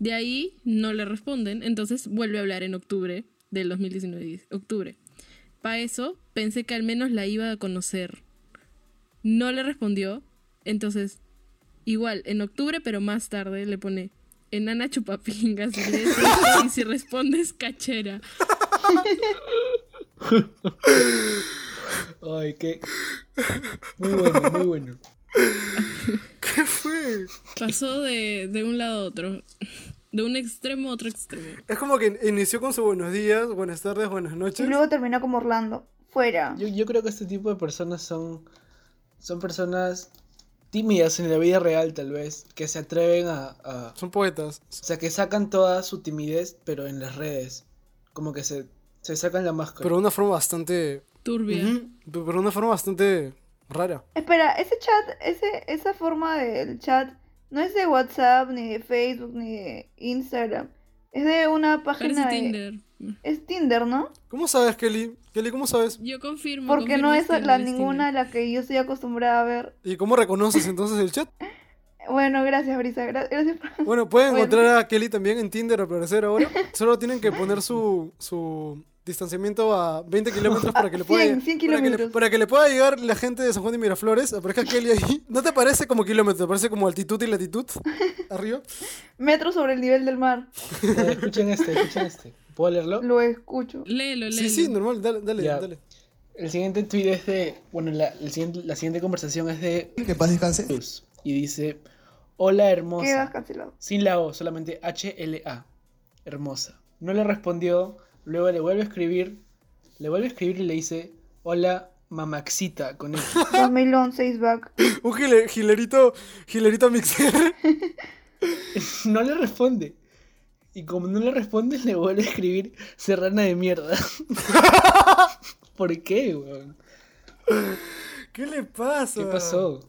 De ahí no le responden, entonces vuelve a hablar en octubre del 2019. dice, Octubre. Para eso pensé que al menos la iba a conocer. No le respondió, entonces Igual, en octubre, pero más tarde le pone enana chupapingas y, le dice, y si respondes cachera.
Ay, qué. Muy bueno, muy bueno.
¿Qué fue?
Pasó de, de un lado a otro. De un extremo a otro extremo.
Es como que inició con su buenos días, buenas tardes, buenas
Y
noches.
luego terminó como Orlando. Fuera.
Yo, yo creo que este tipo de personas son. Son personas tímidas en la vida real, tal vez, que se atreven a, a-
Son poetas.
O sea, que sacan toda su timidez, pero en las redes. Como que se, se sacan la máscara.
Pero de una forma bastante.
Turbia.
Ujú, Pero de una forma bastante rara.
Espera, ese chat, ese, esa forma del chat no es de WhatsApp, ni de Facebook, ni de Instagram. Es de una
Parece
página de...
Tinder.
Es Tinder, ¿no?
¿Cómo sabes, Kelly? Kelly, ¿cómo sabes?
Yo confirmo.
Porque
confirmo este
no es
Tinder,
la
Tinder.
ninguna de las que yo estoy acostumbrada a ver.
¿Y cómo reconoces entonces el chat?
Bueno, gracias, Brisa. gra- gracias por-
Bueno, pueden
Bueno.
encontrar a Kelly también en Tinder al parecer ahora. Solo tienen que poner su, su distanciamiento a 20 kilómetros para que le pueda
100, 100
para que le-
kilómetros.
para que le pueda llegar la gente de San Juan de Miraflores. Aparezca Kelly ahí. ¿No te parece como kilómetro? ¿Te parece como altitud y latitud? Arriba.
Metro sobre el nivel del mar.
Eh, escuchen este, escuchen este. ¿Puedo leerlo?
Lo escucho.
Léelo, léelo.
Sí, sí, normal. Dale, dale,
Ya.
dale.
El siguiente tweet es de. Bueno, la, el siguiente, la siguiente conversación es de.
Que paz descanse.
Cruz, Y dice: Hola
Quedas
hermosa.
cancelado.
Sin la O, solamente HLA. Hermosa. No le respondió. Luego le vuelve a escribir. Le vuelve a escribir y le dice: Hola mamaxita. Con E. X.
2011 is back.
Un gile- gilerito, gilerito mixer.
No le responde. Y como no le responde, le vuelve a escribir serrana de mierda. ¿Por qué, weón?
¿Qué le pasa?
¿Qué pasó?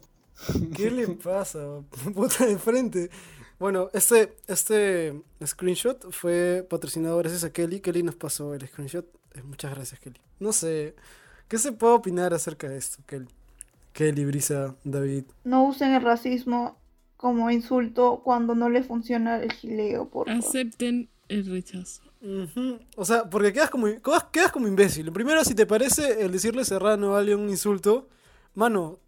¿Qué le pasa? Puta de frente. Bueno, este, este screenshot fue patrocinado gracias a Kelly. Kelly nos pasó el screenshot. Eh, Muchas gracias, Kelly. No sé, ¿qué se puede opinar acerca de esto, Kelly? Kelly, Brisa, David.
No usen el racismo como insulto cuando no les funciona el gileo, por
Ah,
favor.
Acepten el rechazo.
Ujú. O sea, porque quedas como, quedas, quedas como imbécil. Primero, si te parece el decirle serrano a alguien un insulto, mano,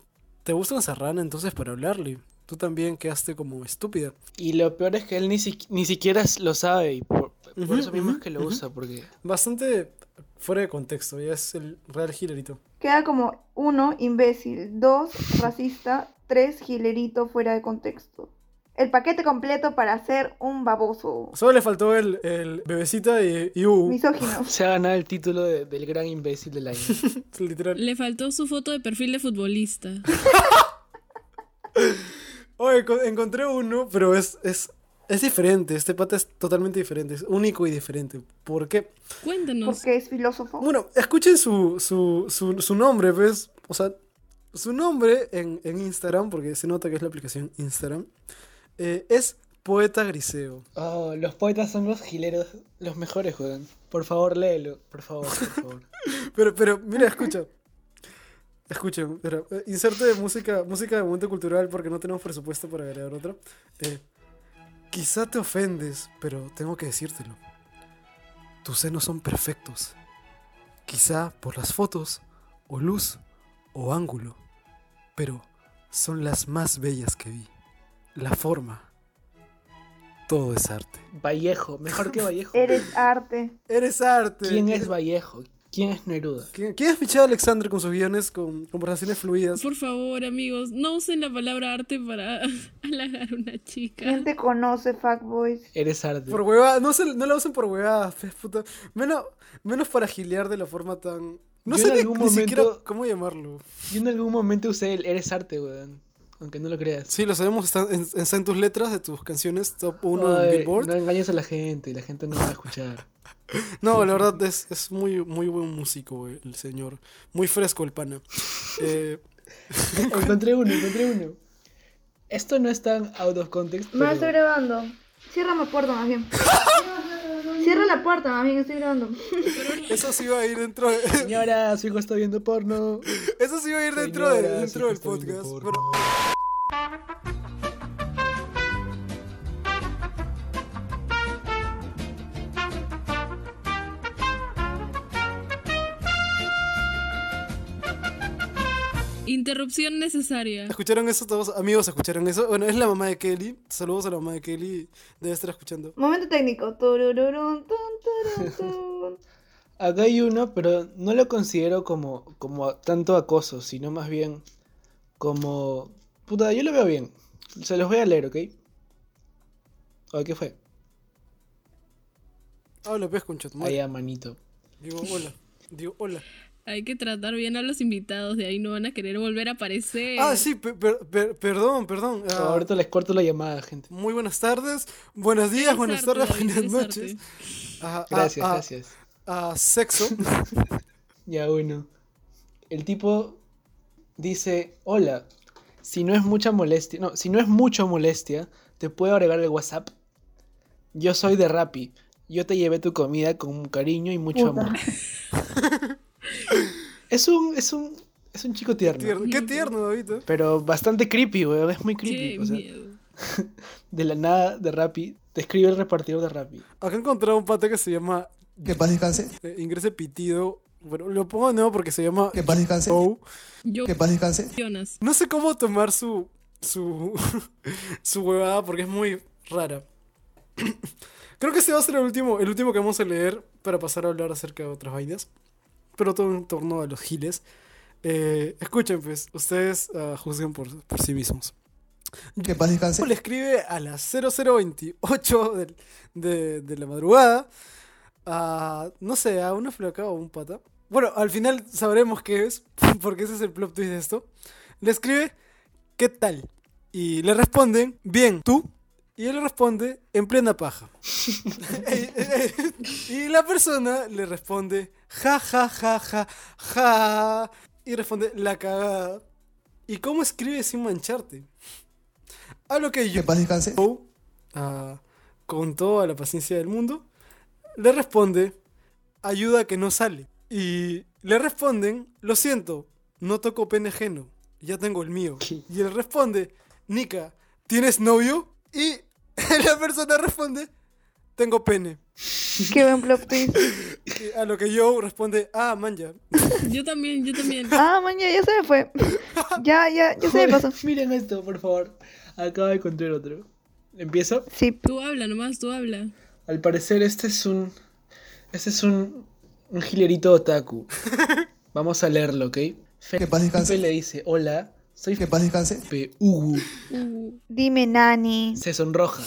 ¿te gusta una serrana entonces para hablarle? Tú también quedaste como estúpida.
Y lo peor es que él ni, si- ni siquiera lo sabe. Y por, por
Ujú,
eso mismo es que lo
ujú, ujú.
usa, porque.
Bastante fuera de contexto, ya es el real gilerito.
Queda como uno, imbécil, dos, racista, tres, gilerito fuera de contexto. El paquete completo para ser un baboso.
Solo le faltó el, el bebecita y, y Hugo,
Misógino.
Se ha ganado el título de- del gran imbécil del año.
literal.
Le faltó su foto de perfil de futbolista.
Oye, co- encontré uno, pero es, es, es diferente. Este pata es totalmente diferente, es único y diferente. ¿Por qué?
Cuéntanos.
Porque es filósofo.
Bueno, escuchen su, su, su, su nombre, ¿ves? O sea, su nombre en, en Instagram, porque se nota que es la aplicación Instagram, eh, es Poeta Griseo.
Oh, los poetas son los gileros, los mejores, weón. Por favor, léelo. Por favor, por favor.
Pero, pero, mira, escucha. Escucha, pero, eh, inserte de música, música de momento cultural porque no tenemos presupuesto para agregar otra. Eh, quizá te ofendes, pero tengo que decírtelo. Tus senos son perfectos. Quizá por las fotos, o luz, o ángulo. Pero son las más bellas que vi. La forma. Todo es arte.
Vallejo, mejor que Vallejo.
Eres arte.
Eres arte.
¿Quién es Vallejo? ¿Quién es Neruda?
¿Qui- ¿Quién es fichado Alexander con sus guiones, con conversaciones fluidas?
Por favor, amigos, no usen la palabra arte para halagar a una chica.
¿Quién te conoce, fuckboys?
Eres arte.
Por hueva, no, se, no la usan por huevadas, pues, puta. Menos, menos para gilear de la forma tan. No
Yo
sé
en
ni,
algún
ni siquiera
momento-
cómo llamarlo.
Yo en algún momento usé el Eres arte, weón. Aunque no lo creas.
Sí, lo sabemos, está en, está en tus letras de tus canciones top 1
Ay,
en Billboard.
No engañes a la gente, la gente no va a escuchar.
No, la verdad es, es muy, muy buen músico güey, el señor. Muy fresco el pana. Eh,
encontré uno, encontré uno. Esto no es tan out of context.
No
pero-
estoy grabando. Cierra la puerta más bien. Cierra la puerta más bien, estoy grabando.
eso sí va a ir dentro de-
Señora, su hijo está viendo porno.
Eso sí va a ir dentro, de-
Señora,
dentro
sí,
del
está viendo
podcast.
porno.
pero-
Interrupción necesaria.
¿Escucharon eso todos? Amigos, ¿escucharon eso? Bueno, es la mamá de Kelly. Saludos a la mamá de Kelly. Debe estar escuchando.
Momento técnico. Turururun, tun, turun, tun.
Acá hay uno, pero no lo considero como, como tanto acoso, sino más bien como... Puta, yo lo veo bien. Se los voy a leer, ¿ok? Ay, ¿qué fue?
Habla, pues, pez con chat.
Allá, manito.
Digo, hola. Digo, hola.
Hay que tratar bien a los invitados, de ahí no van a querer volver a aparecer.
Ah, sí, per- per- per- perdón, perdón. Ah,
Ahorita les corto la llamada, gente.
muy buenas tardes, buenos días, buenas
Besarte,
tardes,
David,
buenas
besarte.
noches. Ah, ah,
Gracias,
ah,
gracias.
ah, sexo.
Ya bueno. El tipo dice, hola, si no es mucha molestia, no, si no es mucho molestia, te puedo agregar el WhatsApp. Yo soy de Rappi. Yo te llevé tu comida con cariño y mucho
Puta.
amor. Es un, es un, es un chico tierno.
Tierno. Qué tierno, David. ¿eh?
Pero bastante creepy, weón. Es muy creepy.
Qué
o sea,
miedo.
de la nada de Rappi, te escribe el repartidor de Rappi.
Acá he encontrado un pata que se llama
Que paz descanse.
eh, Ingrese Pitido. Bueno, lo pongo de nuevo porque se llama
Que paz descanse.
Joe.
Yo,
Que paz descanse.
Jonas.
No sé cómo tomar su. su. su huevada porque es muy rara. Creo que este va a ser el último, el último que vamos a leer para pasar a hablar acerca de otras vainas. Pero todo en torno a los giles. Eh, escuchen, pues, ustedes ah, juzguen por, por sí mismos.
Que paz descanse.
Le escribe a las 0028 del- de, de la madrugada a, no sé, a una flaca o un pata. Bueno, al final sabremos qué es, porque ese es el plot twist de esto. Le escribe, ¿qué tal? Y le responden, bien, ¿tú? Y él responde, en plena paja. y la persona le responde, ja, ja, ja, ja, ja. Y responde, la cagada. ¿Y cómo escribe sin mancharte? A lo que yo...
Que paz descanse.
Poe, ah, con toda la paciencia del mundo, le responde, ayuda que no sale. Y le responden, lo siento, no toco pene ajeno, ya tengo el mío.
¿Qué?
Y él responde, Nika, ¿tienes novio? Y la persona responde, tengo pene.
Qué buen plot twist.
Y a lo que yo responde, ah, manja.
Yo también, yo también.
Ah, mañana ya se me fue. Ya, ya, ya se me pasó.
Miren esto, por favor. Acabo de encontrar otro. Empiezo.
Sí.
Tú habla nomás, tú habla.
Al parecer este es un... Este es un... Un gilerito otaku. Vamos a leerlo, ¿ok?
Que paz descanse.
Felipe le dice, hola, soy
Que paz descanse.
Felipe Ugu.
Uh,
Dime, Nani.
Se sonroja.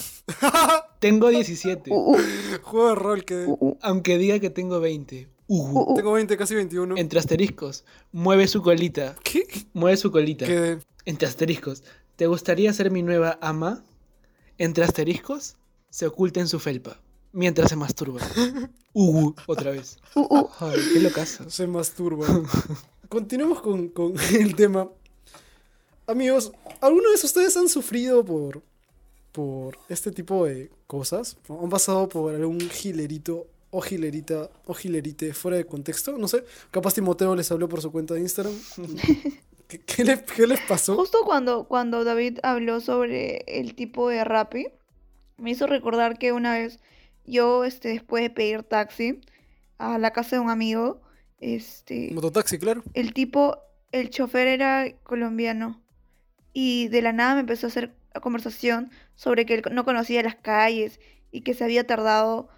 Tengo 17.
Uh, uh,
Juego de rol que
uh, uh,
Aunque diga que tengo 20. Ugu.
uh, uh.
tengo 20, casi 21.
Entre asteriscos. Mueve su colita.
¿Qué?
Mueve su colita.
Que-
Entre asteriscos. ¿Te gustaría ser mi nueva ama? Entre asteriscos. Se oculta en su felpa. Mientras se masturba. Ugu. Otra vez.
Uh, uh.
Ay, qué locazo.
se masturba. Continuemos con, con el tema. Amigos, ¿alguno de ustedes han sufrido por, por este tipo de cosas? ¿O ¿Han pasado por algún gilerito o gilerita o gilerite fuera de contexto? No sé, capaz Timoteo les habló por su cuenta de Instagram. ¿Qué, qué le- qué les pasó?
Justo cuando, cuando David habló sobre el tipo de Rappi, me hizo recordar que una vez yo, este, después de pedir taxi a la casa de un amigo, este,
Mototaxi, claro.
el tipo, el chofer era colombiano y de la nada me empezó a hacer conversación sobre que él no conocía las calles y que se había tardado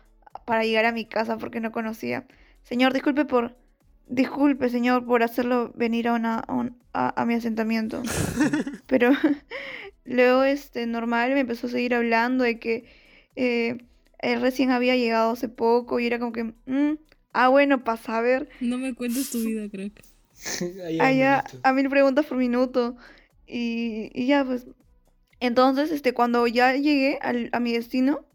para llegar a mi casa porque no conocía. Señor, disculpe por... Disculpe, señor, por hacerlo venir a, una, a, un- a- a mi asentamiento. Pero luego, este, normal, me empezó a seguir hablando de que eh, él recién había llegado hace poco y era como que, "Mm, ah, bueno, para saber.
no me cuentes tu vida, crack.
Ay,
Allá
hermanito.
a mil preguntas por minuto. Y, y ya, pues. Entonces, este, cuando ya llegué al- a mi destino,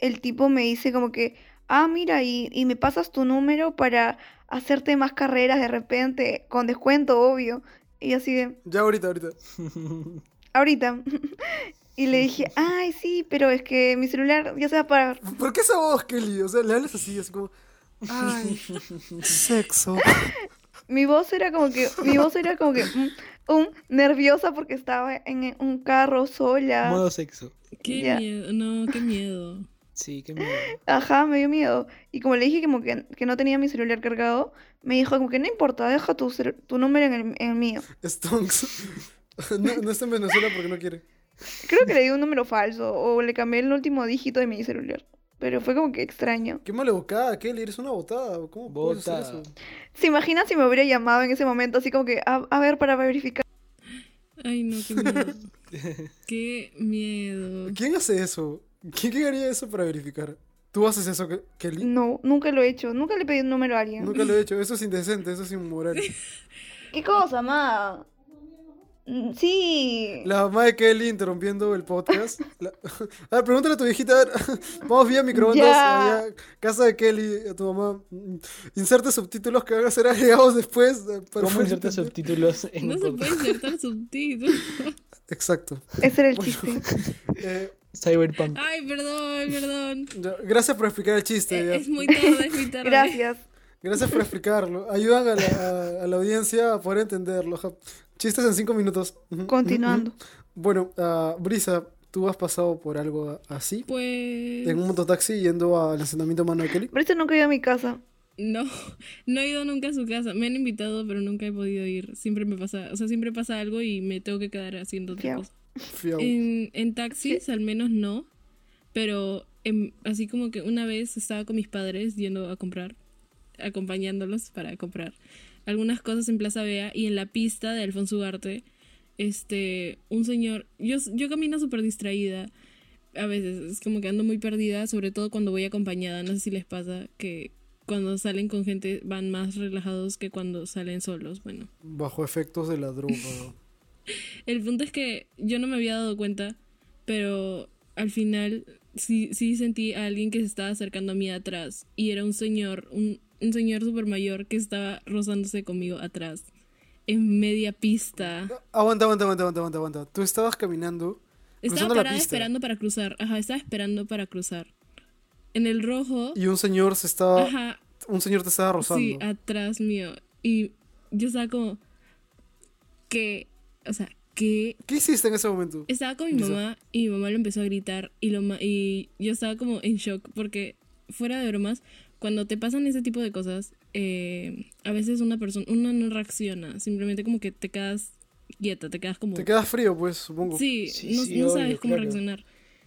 el tipo me dice como que, ah, mira, y, y me pasas tu número para hacerte más carreras de repente, con descuento, obvio. Y así de,
Ya ahorita, ahorita.
ahorita. y le dije, ay, sí, pero es que mi celular ya se va a parar.
¿Por qué esa voz, Kelly? O sea, le hablas así, así como... Ay, sexo.
mi voz era como que mi voz era como que mm, mm, nerviosa porque estaba en un carro sola
Modo sexo.
Qué
Ya.
miedo, no, qué miedo.
Sí, qué miedo.
ajá me dio miedo y como le dije como que, que no tenía mi celular cargado me dijo como que no importa deja tu, cel- tu número en el, en el mío
Stonks. No, no está en Venezuela porque no quiere.
creo que le di un número falso o le cambié el último dígito de mi celular pero fue como que extraño
Qué mala bocada, Kelly, eres una botada. ¿Cómo puedes hacer
Botada.
eso?
se imaginan si me hubiera llamado en ese momento así como que a, a ver para verificar
Ay, no, qué miedo. qué miedo.
¿Quién hace eso? ¿Quién quién haría eso para verificar? ¿Tú haces eso, Ke- Kelly?
No, nunca lo he hecho. Nunca le he pedido un número a alguien.
Nunca lo he hecho. Eso es indecente, eso es inmoral.
¿Qué cosa, ma? Mm, Sí.
La mamá de Kelly interrumpiendo el podcast. La- A ver, pregúntale a tu viejita. a ver, Vamos vía microondas.
Ya.
allá, casa de Kelly, a tu mamá. Mm, Inserte subtítulos que van a ser agregados después. eh, para-
¿Cómo insertas subtítulos en
No
un
se
podcast?
puede insertar subtítulos.
Exacto.
Ese era el chiste.
Eh,
Cyberpunk.
Ay, perdón, perdón.
ya, gracias por explicar el chiste. ya.
Eh, Es muy tarde, es muy tarde.
Gracias.
Gracias por explicarlo. Ayudan a la, a- a la audiencia a poder entenderlo. ja. Chistes en cinco minutos. Ujú,
Continuando.
ujú, ujú. Bueno, ah, Brisa, ¿tú has pasado por algo así?
Pues.
En un mototaxi yendo al lanzamiento mano de Kelly.
Por eso nunca he ido a mi casa.
No, no he ido nunca a su casa. Me han invitado, pero nunca he podido ir. Siempre me pasa, o sea, siempre pasa algo y me tengo que quedar haciendo otra
Fiao.
cosa.
Fiao.
En, en taxis, al menos no. Pero en- así como que una vez estaba con mis padres yendo a comprar, acompañándolos para comprar algunas cosas en Plaza Vea y en la pista de Alfonso Ugarte, este, un señor, yo, yo camino súper distraída. A veces es como que ando muy perdida, sobre todo cuando voy acompañada. No sé si les pasa que cuando salen con gente van más relajados que cuando salen solos. Bueno,
Bajo efectos de la droga.
el punto es que yo no me había dado cuenta, pero al final sí, sí sentí a alguien que se estaba acercando a mí atrás. Y era un señor, un, un señor súper mayor que estaba rozándose conmigo atrás, en media pista.
aguanta, aguanta, aguanta, aguanta, aguanta, aguanta. Tú estabas caminando.
Estaba
cruzando la
parada
pista,
esperando para cruzar. Ajá, estaba esperando para cruzar. En el rojo.
Y un señor se estaba.
Ajá,
Un señor te estaba rozando.
Sí, ah. atrás mío. Y yo estaba como. ¿Qué? O sea, ¿qué?
¿Qué hiciste en ese momento?
Estaba con mi
Lisa.
mamá y mi mamá lo empezó a gritar y, lo ma- y yo estaba como en shock porque fuera de bromas, cuando te pasan ese tipo de cosas, eh, a veces una persona, una no reacciona, simplemente como que te quedas quieta, te quedas como...
Te quedas frío, pues, supongo.
sí,
Sí,
no,
sí,
no
obvio,
sabes cómo
claro.
reaccionar.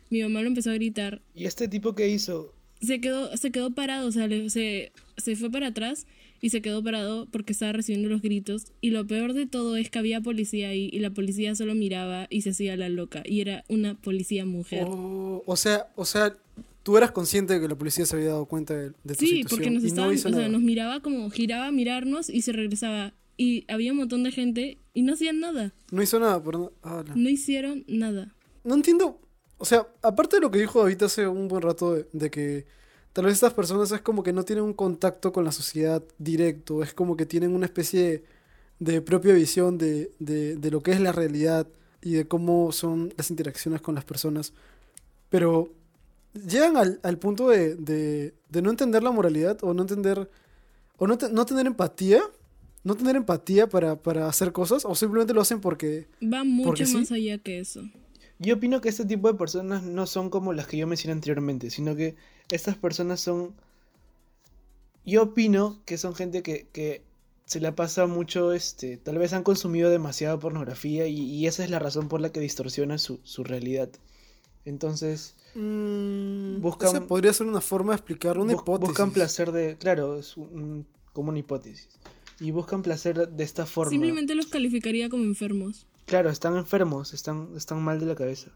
Mi mamá lo empezó a gritar
¿Y este tipo qué hizo?
se quedó, se quedó parado, o sea, le- se, se fue para atrás y se quedó parado porque estaba recibiendo los gritos. Y lo peor de todo es que había policía ahí y la policía solo miraba y se hacía la loca. Y era una policía mujer.
Oh, o sea, o sea, tú eras consciente de que la policía se había dado cuenta de, de tu
sí,
situación
porque nos
y
estaban,
no
o
hizo
sea,
nada.
nos miraba como giraba a mirarnos y se regresaba. Y había un montón de gente y no hacían nada.
No hizo nada, perdón. Ah, no.
No hicieron nada.
No entiendo. O sea, aparte de lo que dijo David hace un buen rato de, de que tal vez estas personas es como que no tienen un contacto con la sociedad directo, es como que tienen una especie de, de propia visión de, de- de lo que es la realidad y de cómo son las interacciones con las personas. Pero llegan al, al punto de, de- de no entender la moralidad o no entender o no, te- no tener empatía, no tener empatía para, para hacer cosas o simplemente lo hacen porque...
Va mucho
Porque sí.
más allá que eso.
Yo opino que este tipo de personas no son como las que yo mencioné anteriormente, sino que estas personas son... Yo opino que son gente que, que se la pasa mucho, este, tal vez han consumido demasiada pornografía y, y esa es la razón por la que distorsiona su, su realidad. Entonces,
Mm,
Buscan-
esa podría ser una forma de explicar una
bus-
hipótesis.
buscan placer de... Claro, es un- como una hipótesis. Y buscan placer de esta forma.
Simplemente los calificaría como enfermos.
Claro, están enfermos, están, están mal de la cabeza.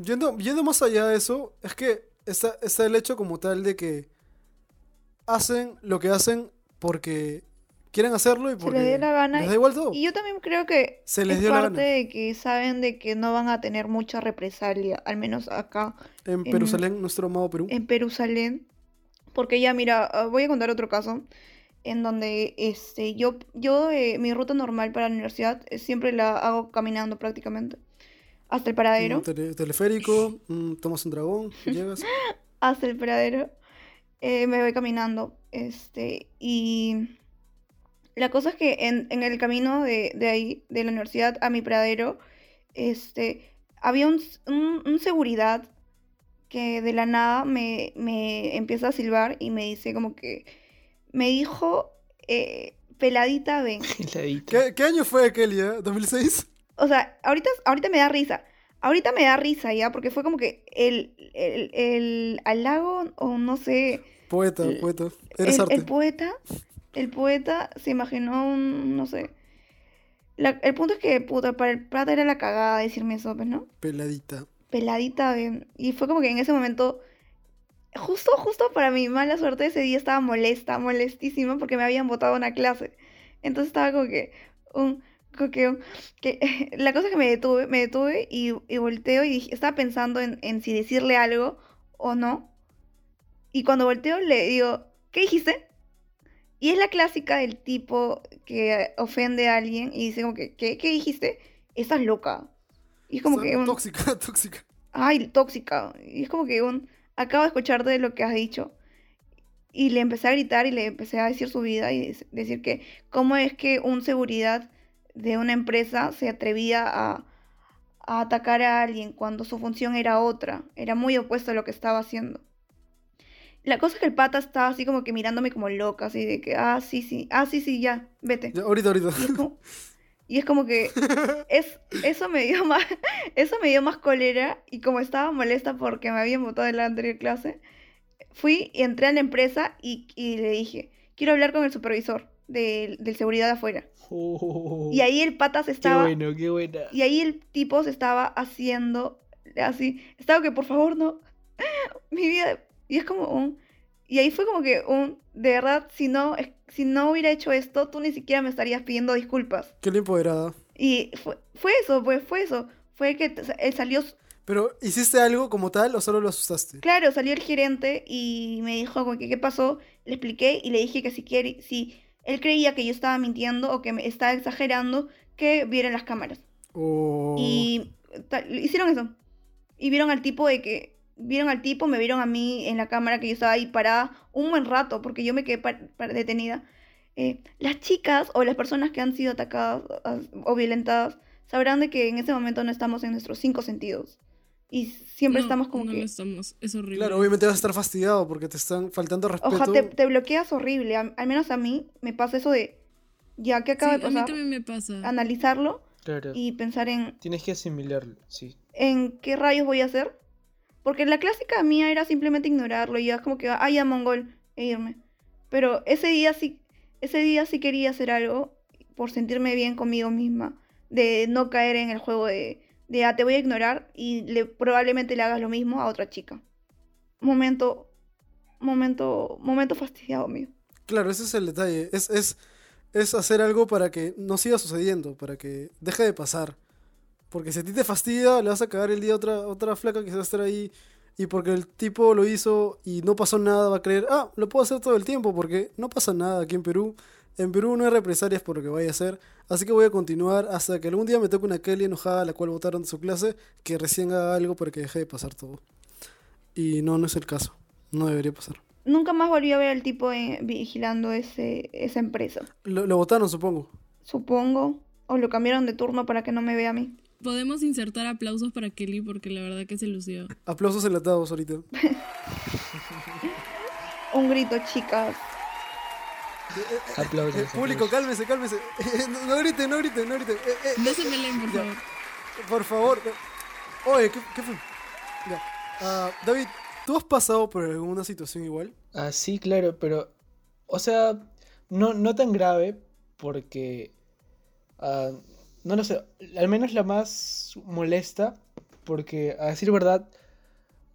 Yendo, yendo más allá de eso, es que está, está el hecho como tal de que hacen lo que hacen porque quieren hacerlo y
Se
porque
les dio la gana.
les da igual todo.
Y yo también creo que
Se les
es
dio la
parte
gana.
de que saben de que no van a tener mucha represalia, al menos acá
en
en-
Perusalén, nuestro amado Perú.
en Perusalén. Porque ya, mira, ah, voy a contar otro caso en donde este, yo, yo eh, mi ruta normal para la universidad eh, siempre la hago caminando prácticamente hasta el paradero.
Un tele- teleférico, mm, tomas un dragón, llegas.
hasta el pradero. eh, me voy caminando. Este, y la cosa es que en, en el camino de, de ahí, de la universidad a mi pradero, este, había un, s- un- un seguridad que de la nada me, me empieza a silbar y me dice como que, me dijo, eh, peladita, ven.
Heladito.
¿Qué, qué año fue Kelly? eh? ¿2006?
O sea, ahorita, ahorita me da risa. Ahorita me da risa ya, porque fue como que el, el, el halago, o no sé,
Poeta,
El-
poeta. Eres
el,
arte.
el poeta, el poeta se imaginó un, no sé. La- el punto es que, puta, para el plata era la cagada decirme eso, pues, ¿no?
Peladita.
Peladita, ven. Y fue como que en ese momento justo, justo para mi mala suerte ese día estaba molesta, molestísima porque me habían votado una clase. Entonces estaba como que un... Como que, un- que- la cosa es que me detuve, me detuve y, y volteo y dije- estaba pensando en, en si decirle algo o no. Y cuando volteo le digo, ¿qué dijiste? Y es la clásica del tipo que ofende a alguien y dice como que, ¿qué, ¿Qué dijiste? Estás loca. Y es como
O sea,
que... un-
Tóxica, tóxica.
ay, tóxica. Y es como que un, acabo de escucharte de lo que has dicho. Y le empecé a gritar y le empecé a decir su vida y des- decir que cómo es que un seguridad de una empresa se atrevía a, a atacar a alguien cuando su función era otra, era muy opuesta a lo que estaba haciendo. La cosa es que el pata estaba así como que mirándome como loca, así de que, ah, sí, sí, ah, sí, sí, ya, vete.
Ya, ahorita, ahorita.
Y es como, y es como que es, eso, me dio más, eso me dio más cólera y como estaba molesta porque me habían votado en la anterior clase, fui y entré a la empresa y, y le dije, quiero hablar con el supervisor del, del seguridad de afuera.
Oh,
Y ahí el pata se
Uh, Qué
estaba...
bueno, qué buena.
Y ahí el tipo se estaba haciendo así, estaba que por favor no, mi vida, y es como un, y ahí fue como que un, de verdad, si no, es- si no hubiera hecho esto, tú ni siquiera me estarías pidiendo disculpas.
Qué la empoderada.
Y fue, fue eso, pues fue eso, fue que t- él salió,
Pero, ¿hiciste algo como tal o solo lo asustaste?
claro, salió el gerente y me dijo como que qué pasó, le expliqué y le dije que si quiere, si él creía que yo estaba mintiendo o que me estaba exagerando, que vieran las cámaras.
O...
Y ta- hicieron eso. Y vieron al tipo de que. Vieron al tipo, me vieron a mí en la cámara que yo estaba ahí parada un buen rato, porque yo me quedé par- par- detenida. Eh, las chicas o las personas que han sido atacadas as- o violentadas sabrán de que en ese momento no estamos en nuestros cinco sentidos. Y siempre
No,
estamos como
no
que.
lo estamos. Es horrible.
Claro, obviamente vas a estar fastidiado porque te están faltando respeto.
Oja, te, te bloqueas horrible. a- al menos a mí me pasa eso de. Ya que
Sí,
acaba de
a mí
pasar,
también me pasa.
analizarlo
Claro.
y pensar en
Tienes que asimilarlo, sí.
en qué rayos voy a hacer. Porque la clásica mía era simplemente ignorarlo y ya es como que, ay, a mongol, e irme. Pero ese día sí, ese día sí quería hacer algo por sentirme bien conmigo misma, de no caer en el juego de, de ah, te voy a ignorar y le, probablemente le hagas lo mismo a otra chica. Momento, momento, momento fastidiado mío.
Claro, ese es el detalle. Es, es, es hacer algo para que no siga sucediendo, para que deje de pasar. Porque si a ti te fastidia, le vas a cagar el día a otra, otra flaca que se va a estar ahí. Y porque el tipo lo hizo y no pasó nada, va a creer, ah, lo puedo hacer todo el tiempo porque no pasa nada aquí en Perú. En Perú no hay represalias por lo que vaya a hacer. Así que voy a continuar hasta que algún día me toque una Kelly enojada, a la cual votaron de su clase, que recién haga algo para que deje de pasar todo. Y no, no es el caso. No debería pasar.
Nunca más volví a ver al tipo eh, vigilando ese, esa empresa,
Lo, lo votaron, supongo.
supongo. O lo cambiaron de turno para que no me vea a mí.
Podemos insertar aplausos para Kelly porque la verdad que se lució.
Aplausos enlatados ahorita.
Un grito, chicas.
Aplausos.
Eh, público,
aplausos.
cálmese, cálmese. Eh, no, no griten, no griten, no griten. Eh, eh,
No se peleen, por
Ya.
favor.
por favor. Oye, ¿qué, qué fue? Ya. Ah, David, ¿tú has pasado por alguna situación igual?
Ah, sí, claro, pero. O sea, no, no tan grave, porque. ah, no lo sé, al menos la más molesta, porque a decir verdad,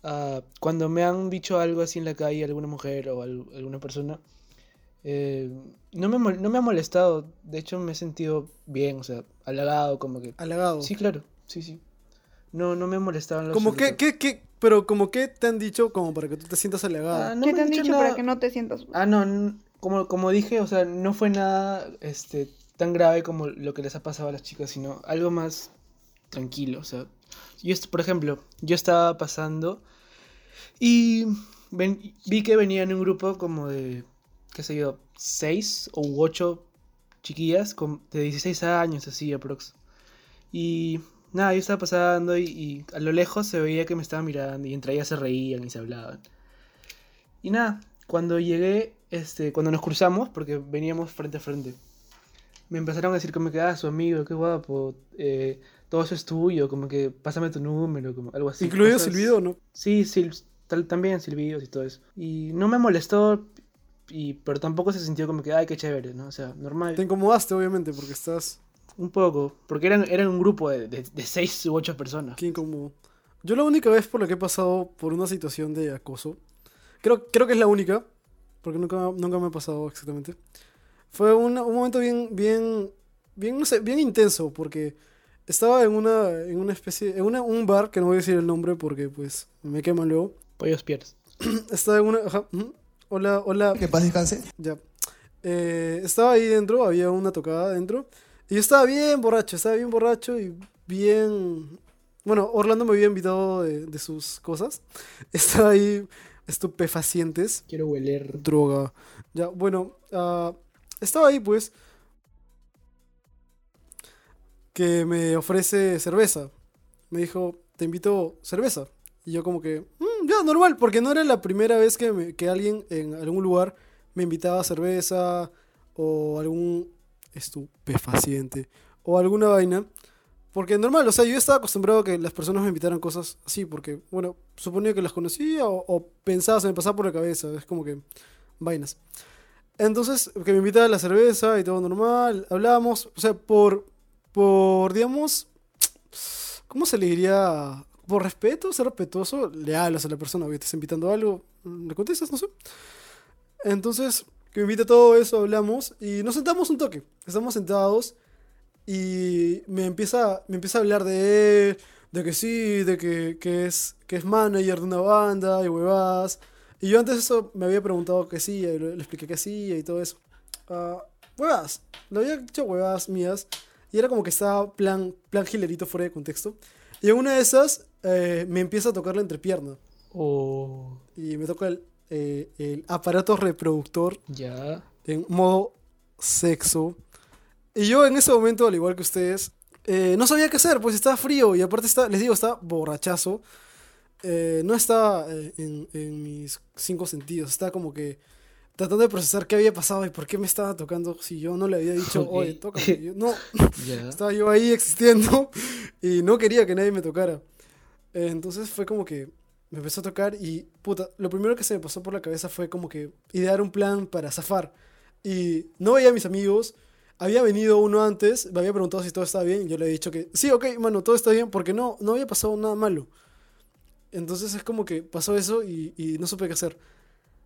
ah, cuando me han dicho algo así en la calle, alguna mujer o al- alguna persona, eh, no me, mol- no me ha molestado, de hecho me he sentido bien, o sea, halagado, como que.
Halagado.
Sí, claro, sí, sí. No, no me ha molestado en lo
como que, qué,
absoluto.
qué, pero como que te han dicho como para que tú te sientas halagado.
Ah, no
¿Qué
me
te han
dicho
dicho
nada.
para que no te sientas?
Ah, no, n- como, como dije, o sea, no fue nada este, tan grave como lo que les ha pasado a las chicas, sino algo más tranquilo, o sea. Yo, est- por ejemplo, yo estaba pasando y ven- vi que venían un grupo como de, qué sé yo, seis o u ocho chiquillas con, de 16 años, así, aprox. Y nada, yo estaba pasando y, y a lo lejos se veía que me estaban mirando y entre ellas se reían y se hablaban. Y nada, cuando llegué, este, cuando nos cruzamos, porque veníamos frente a frente, me empezaron a decir como que, ah, su amigo, qué guapo, eh, todo eso es tuyo, como que pásame tu número, como algo así.
Incluido
cosas-
silbido, ¿no?
Sí, sil- tal- también silbidos y todo eso. Y no me molestó, y, pero tampoco se sintió como que, ay, qué chévere, ¿no? O sea, normal.
Te incomodaste, obviamente, porque estás.
Un poco, porque eran, eran un grupo de, de, de seis u ocho personas.
Qué incómodo. Yo la única vez por la que he pasado por una situación de acoso creo, creo que es la única, porque nunca, nunca me ha pasado exactamente. Fue una- un momento bien, bien, bien, no sé, bien intenso, porque estaba en una, en una especie, en una, un bar, que no voy a decir el nombre porque pues me queman luego.
Pollos pierdes.
Estaba en una, ajá, ujú. hola, hola,
Que paz descanse.
ya. Eh, estaba ahí dentro, había una tocada dentro. Y yo estaba bien borracho, estaba bien borracho y bien... Bueno, Orlando me había invitado de, de sus cosas. Estaba ahí estupefacientes
Quiero hueler.
droga. Ya, bueno, ah, estaba ahí pues que me ofrece cerveza. Me dijo, te invito cerveza. Y yo como que, "Mm, ya, normal, porque no era la primera vez que, me- que alguien en algún lugar me invitaba a cerveza o algún estupefaciente o alguna vaina. Porque normal, o sea, yo estaba acostumbrado a que las personas me invitaran cosas así, porque, bueno, suponía que las conocía o, o pensaba, se me pasaba por la cabeza, es como que vainas. Entonces, que me invitaba a la cerveza y todo normal, hablábamos, o sea, por, por, digamos, ¿cómo se le diría? Por respeto, ser respetuoso, le hablas a la persona, que te está invitando a algo, le contestas, no sé. Entonces, que me invita todo eso, hablamos y nos sentamos un toque, estamos sentados y me empieza, me empieza a hablar de él, de que sí, de que, que es, que es manager de una banda y huevadas. Y yo antes eso me había preguntado que sí, y le, le expliqué que sí y todo eso. Ah, huevadas, le había dicho huevadas mías y era como que estaba plan, plan gilerito fuera de contexto. Y en una de esas eh, me empieza a tocar la entrepierna
Oh,
y me toca el, eh, el aparato reproductor
ya.
en modo sexo. Y yo en ese momento, al igual que ustedes, eh, no sabía qué hacer, pues estaba frío y aparte está, les digo, estaba borrachazo. Eh, no estaba eh, en, en mis cinco sentidos, estaba como que tratando de procesar qué había pasado y por qué me estaba tocando si yo no le había dicho,
Ok.
oye, tócame. Yo, no,
Ya.
estaba yo ahí existiendo y no quería que nadie me tocara. Eh, Entonces fue como que me empezó a tocar y, puta, lo primero que se me pasó por la cabeza fue como que idear un plan para zafar. Y no veía a mis amigos. Había venido uno antes, me había preguntado si todo estaba bien. y Yo le había dicho que sí, ok, mano, todo está bien, porque no, no había pasado nada malo. Entonces es como que pasó eso y, y no supe qué hacer.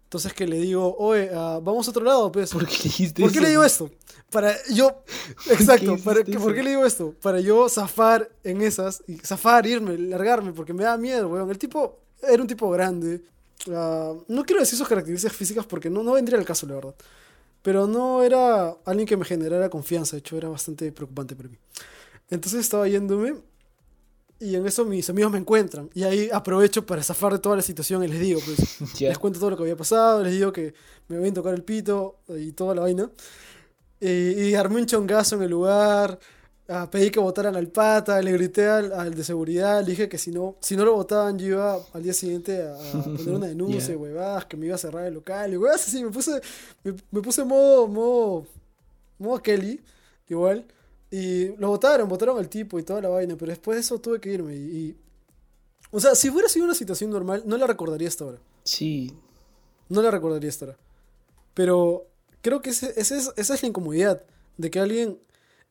Entonces que le digo, oye, ah, vamos a otro lado, pues.
¿Por qué le dijiste
¿Por qué
eso?
le digo esto? Para yo. Exacto.
hiciste
para, que-
eso?
¿Por qué le digo esto? Para yo zafar en esas. Y zafar, irme, largarme, porque me da miedo, weón. El tipo era un tipo grande. ah, no quiero decir sus características físicas porque no, no vendría el caso, la verdad. Pero no era alguien que me generara confianza. De hecho, era bastante preocupante para mí. Entonces estaba yéndome. Y en eso mis amigos me encuentran. Y ahí aprovecho para zafar de toda la situación y les digo, pues.
Ya.
Les cuento todo lo que había pasado, les digo que me voy a tocar el pito y toda la vaina. Eh, Y, y armé un chongazo en el lugar, ah, pedí que votaran al pata, le grité al, al de seguridad, le dije que si no, si no lo votaban yo iba al día siguiente a, a poner una denuncia,
Ya.
huevadas, que me iba a cerrar el local, y huevadas así, me puse, me, me puse modo, modo, modo Kelly, igual. Y lo votaron, votaron al tipo y toda la vaina, pero después de eso tuve que irme. Y, y- o sea, si hubiera sido una situación normal, no la recordaría hasta ahora.
Sí.
No la recordaría esta hora. Pero creo que ese- ese es- esa es la incomodidad de que alguien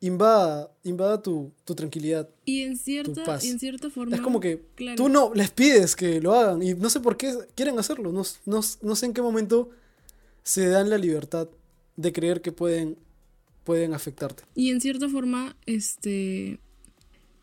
invada, invada tu, tu tranquilidad.
Y en
Tu
cierta,
paz.
y en cierta forma.
Es como que
claro,
tú no les pides que lo hagan y no sé por qué quieren hacerlo. No, s- no s- no sé en qué momento se dan la libertad de creer que pueden, pueden afectarte.
Y en cierta forma, este.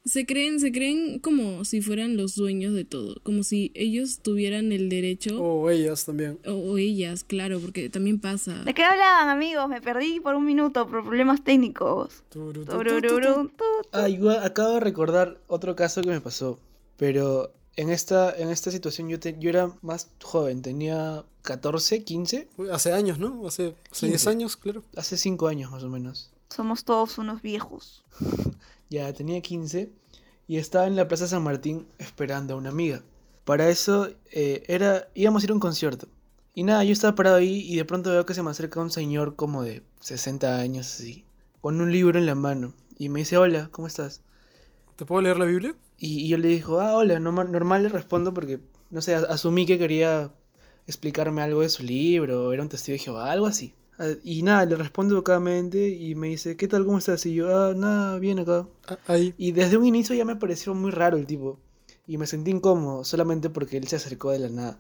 Se creen, se creen como si fueran los dueños de todo. Como si ellos tuvieran el derecho.
O ellas también.
O, o ellas, claro, porque también pasa.
¿De qué hablaban, amigos? Me perdí por un minuto por problemas técnicos.
Turu, tu, tu, tu, tu.
Turururun, tut.
Ah, igual acabo de recordar otro caso que me pasó. Pero en esta, en esta situación yo, te- yo era más joven. Tenía 14, 15.
Uy, Hace años, ¿no? Hace, hace 10
Quince.
años, claro.
Hace 5 años más o menos.
Somos todos unos viejos.
Ya tenía 15 y estaba en la Plaza San Martín esperando a una amiga. Para eso eh, era, íbamos a ir a un concierto. Y nada, yo estaba parado ahí y de pronto veo que se me acerca un señor como de 60 años así, con un libro en la mano. Y me dice, hola, ¿cómo estás?
¿Te puedo leer la Biblia?
Y, y yo le dijo, ah, hola, normal, normal le respondo porque, no sé, a- asumí que quería explicarme algo de su libro, era un testigo de Jehová, algo así. Ah, Y nada, le respondo educadamente y me dice, ¿qué tal, cómo estás? Y yo, ah, nada, bien acá.
Ah, Ahí.
Y desde un inicio ya me pareció muy raro el tipo. Y me sentí incómodo solamente porque él se acercó de la nada.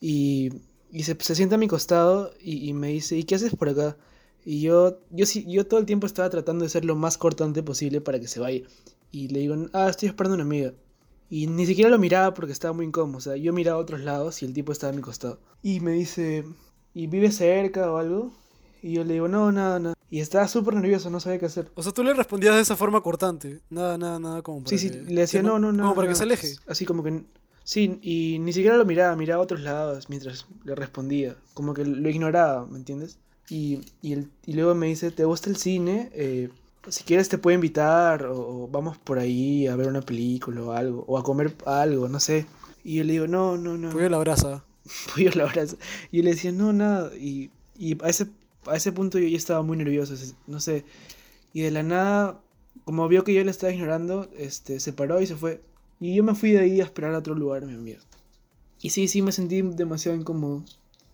Y, Y se, se sienta a mi costado y, y me dice, ¿y qué haces por acá? Y yo, yo, sí- yo todo el tiempo estaba tratando de ser lo más cortante posible para que se vaya. Y le digo, ah, estoy esperando a una amiga. Y ni siquiera lo miraba porque estaba muy incómodo. O sea, yo miraba a otros lados y el tipo estaba a mi costado. Y me dice, ¿y vive cerca o algo? Y yo le digo, no, nada, nada. Y estaba súper nervioso, no sabía qué hacer.
O sea, tú le respondías de esa forma cortante. Nada, nada, nada, como para
Sí, sí,
que-
le decía,
que
no, no, no.
Como para
no". Ah.
que se aleje.
Así como que. Sí, y ni siquiera lo miraba, miraba a otros lados mientras le respondía. Como que lo ignoraba, ¿me entiendes? Y, y, el- y luego me dice, ¿te gusta el cine? Eh, si quieres te puedo invitar, o, o vamos por ahí a ver una película o algo, o a comer algo, no sé. Y yo le digo, no, no, no.
Porque la abraza.
Puyo la abraza. Y yo le decía, no, nada. Y, y a, ese, a ese punto yo ya estaba muy nervioso, se- no sé. Y de la nada, como vio que yo le estaba ignorando, este, se paró y se fue. Y yo me fui de ahí a esperar a otro lugar, mi amigo. Y sí, sí, me sentí demasiado incómodo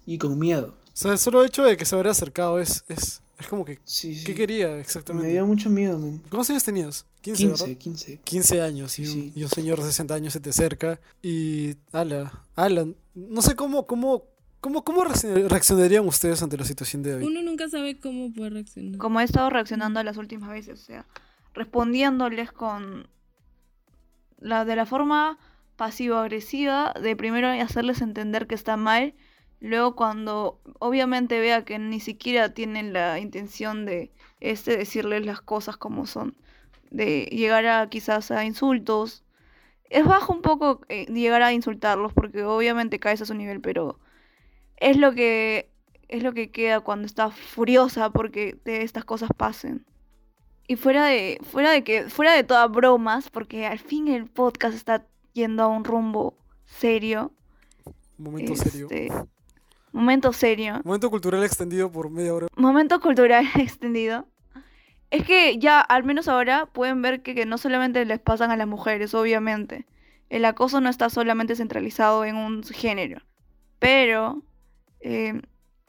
y con miedo.
O sea, el solo hecho de que se habrá acercado es, es, es como que.
Sí, sí.
¿Qué quería
me
exactamente?
dio mucho miedo, man.
¿Cuántos años tenías? 15,
15,
¿verdad?
15.
15 años y un,
Sí.
y un señor de 60 años se te acerca y ala, ala, no sé cómo, cómo, cómo, cómo reaccion- reaccionarían ustedes ante la situación de David.
Uno nunca sabe cómo puede reaccionar.
Como he estado reaccionando las últimas veces, o sea, respondiéndoles con la de la forma pasivo-agresiva de primero hacerles entender que está mal, luego cuando obviamente vea que ni siquiera tienen la intención de este decirles las cosas como son, de llegar a quizás a insultos. Es bajo un poco eh, llegar a insultarlos porque obviamente caes a su nivel, pero es lo que es lo que queda cuando estás furiosa porque te- estas cosas pasen. Y fuera de, fuera de que, fuera de todas bromas, porque al fin el podcast está yendo a un rumbo serio.
Un momento serio.
este, Momento serio.
Momento cultural extendido por media hora.
Momento cultural extendido. Es que ya, al menos ahora, pueden ver que, que no solamente les pasan a las mujeres, obviamente. El acoso no está solamente centralizado en un género. Pero eh,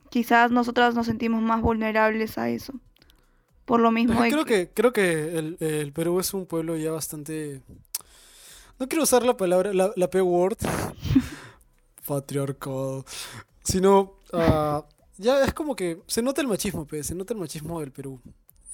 quizás nosotras nos sentimos más vulnerables a eso. Por lo mismo
Ajá,
de
creo
que-
que, creo que el, el Perú es un pueblo ya bastante. No quiero usar la palabra, la, la P-word, patriarcado, sino. ah, ya es como que se nota el machismo, pe, se nota el machismo del Perú.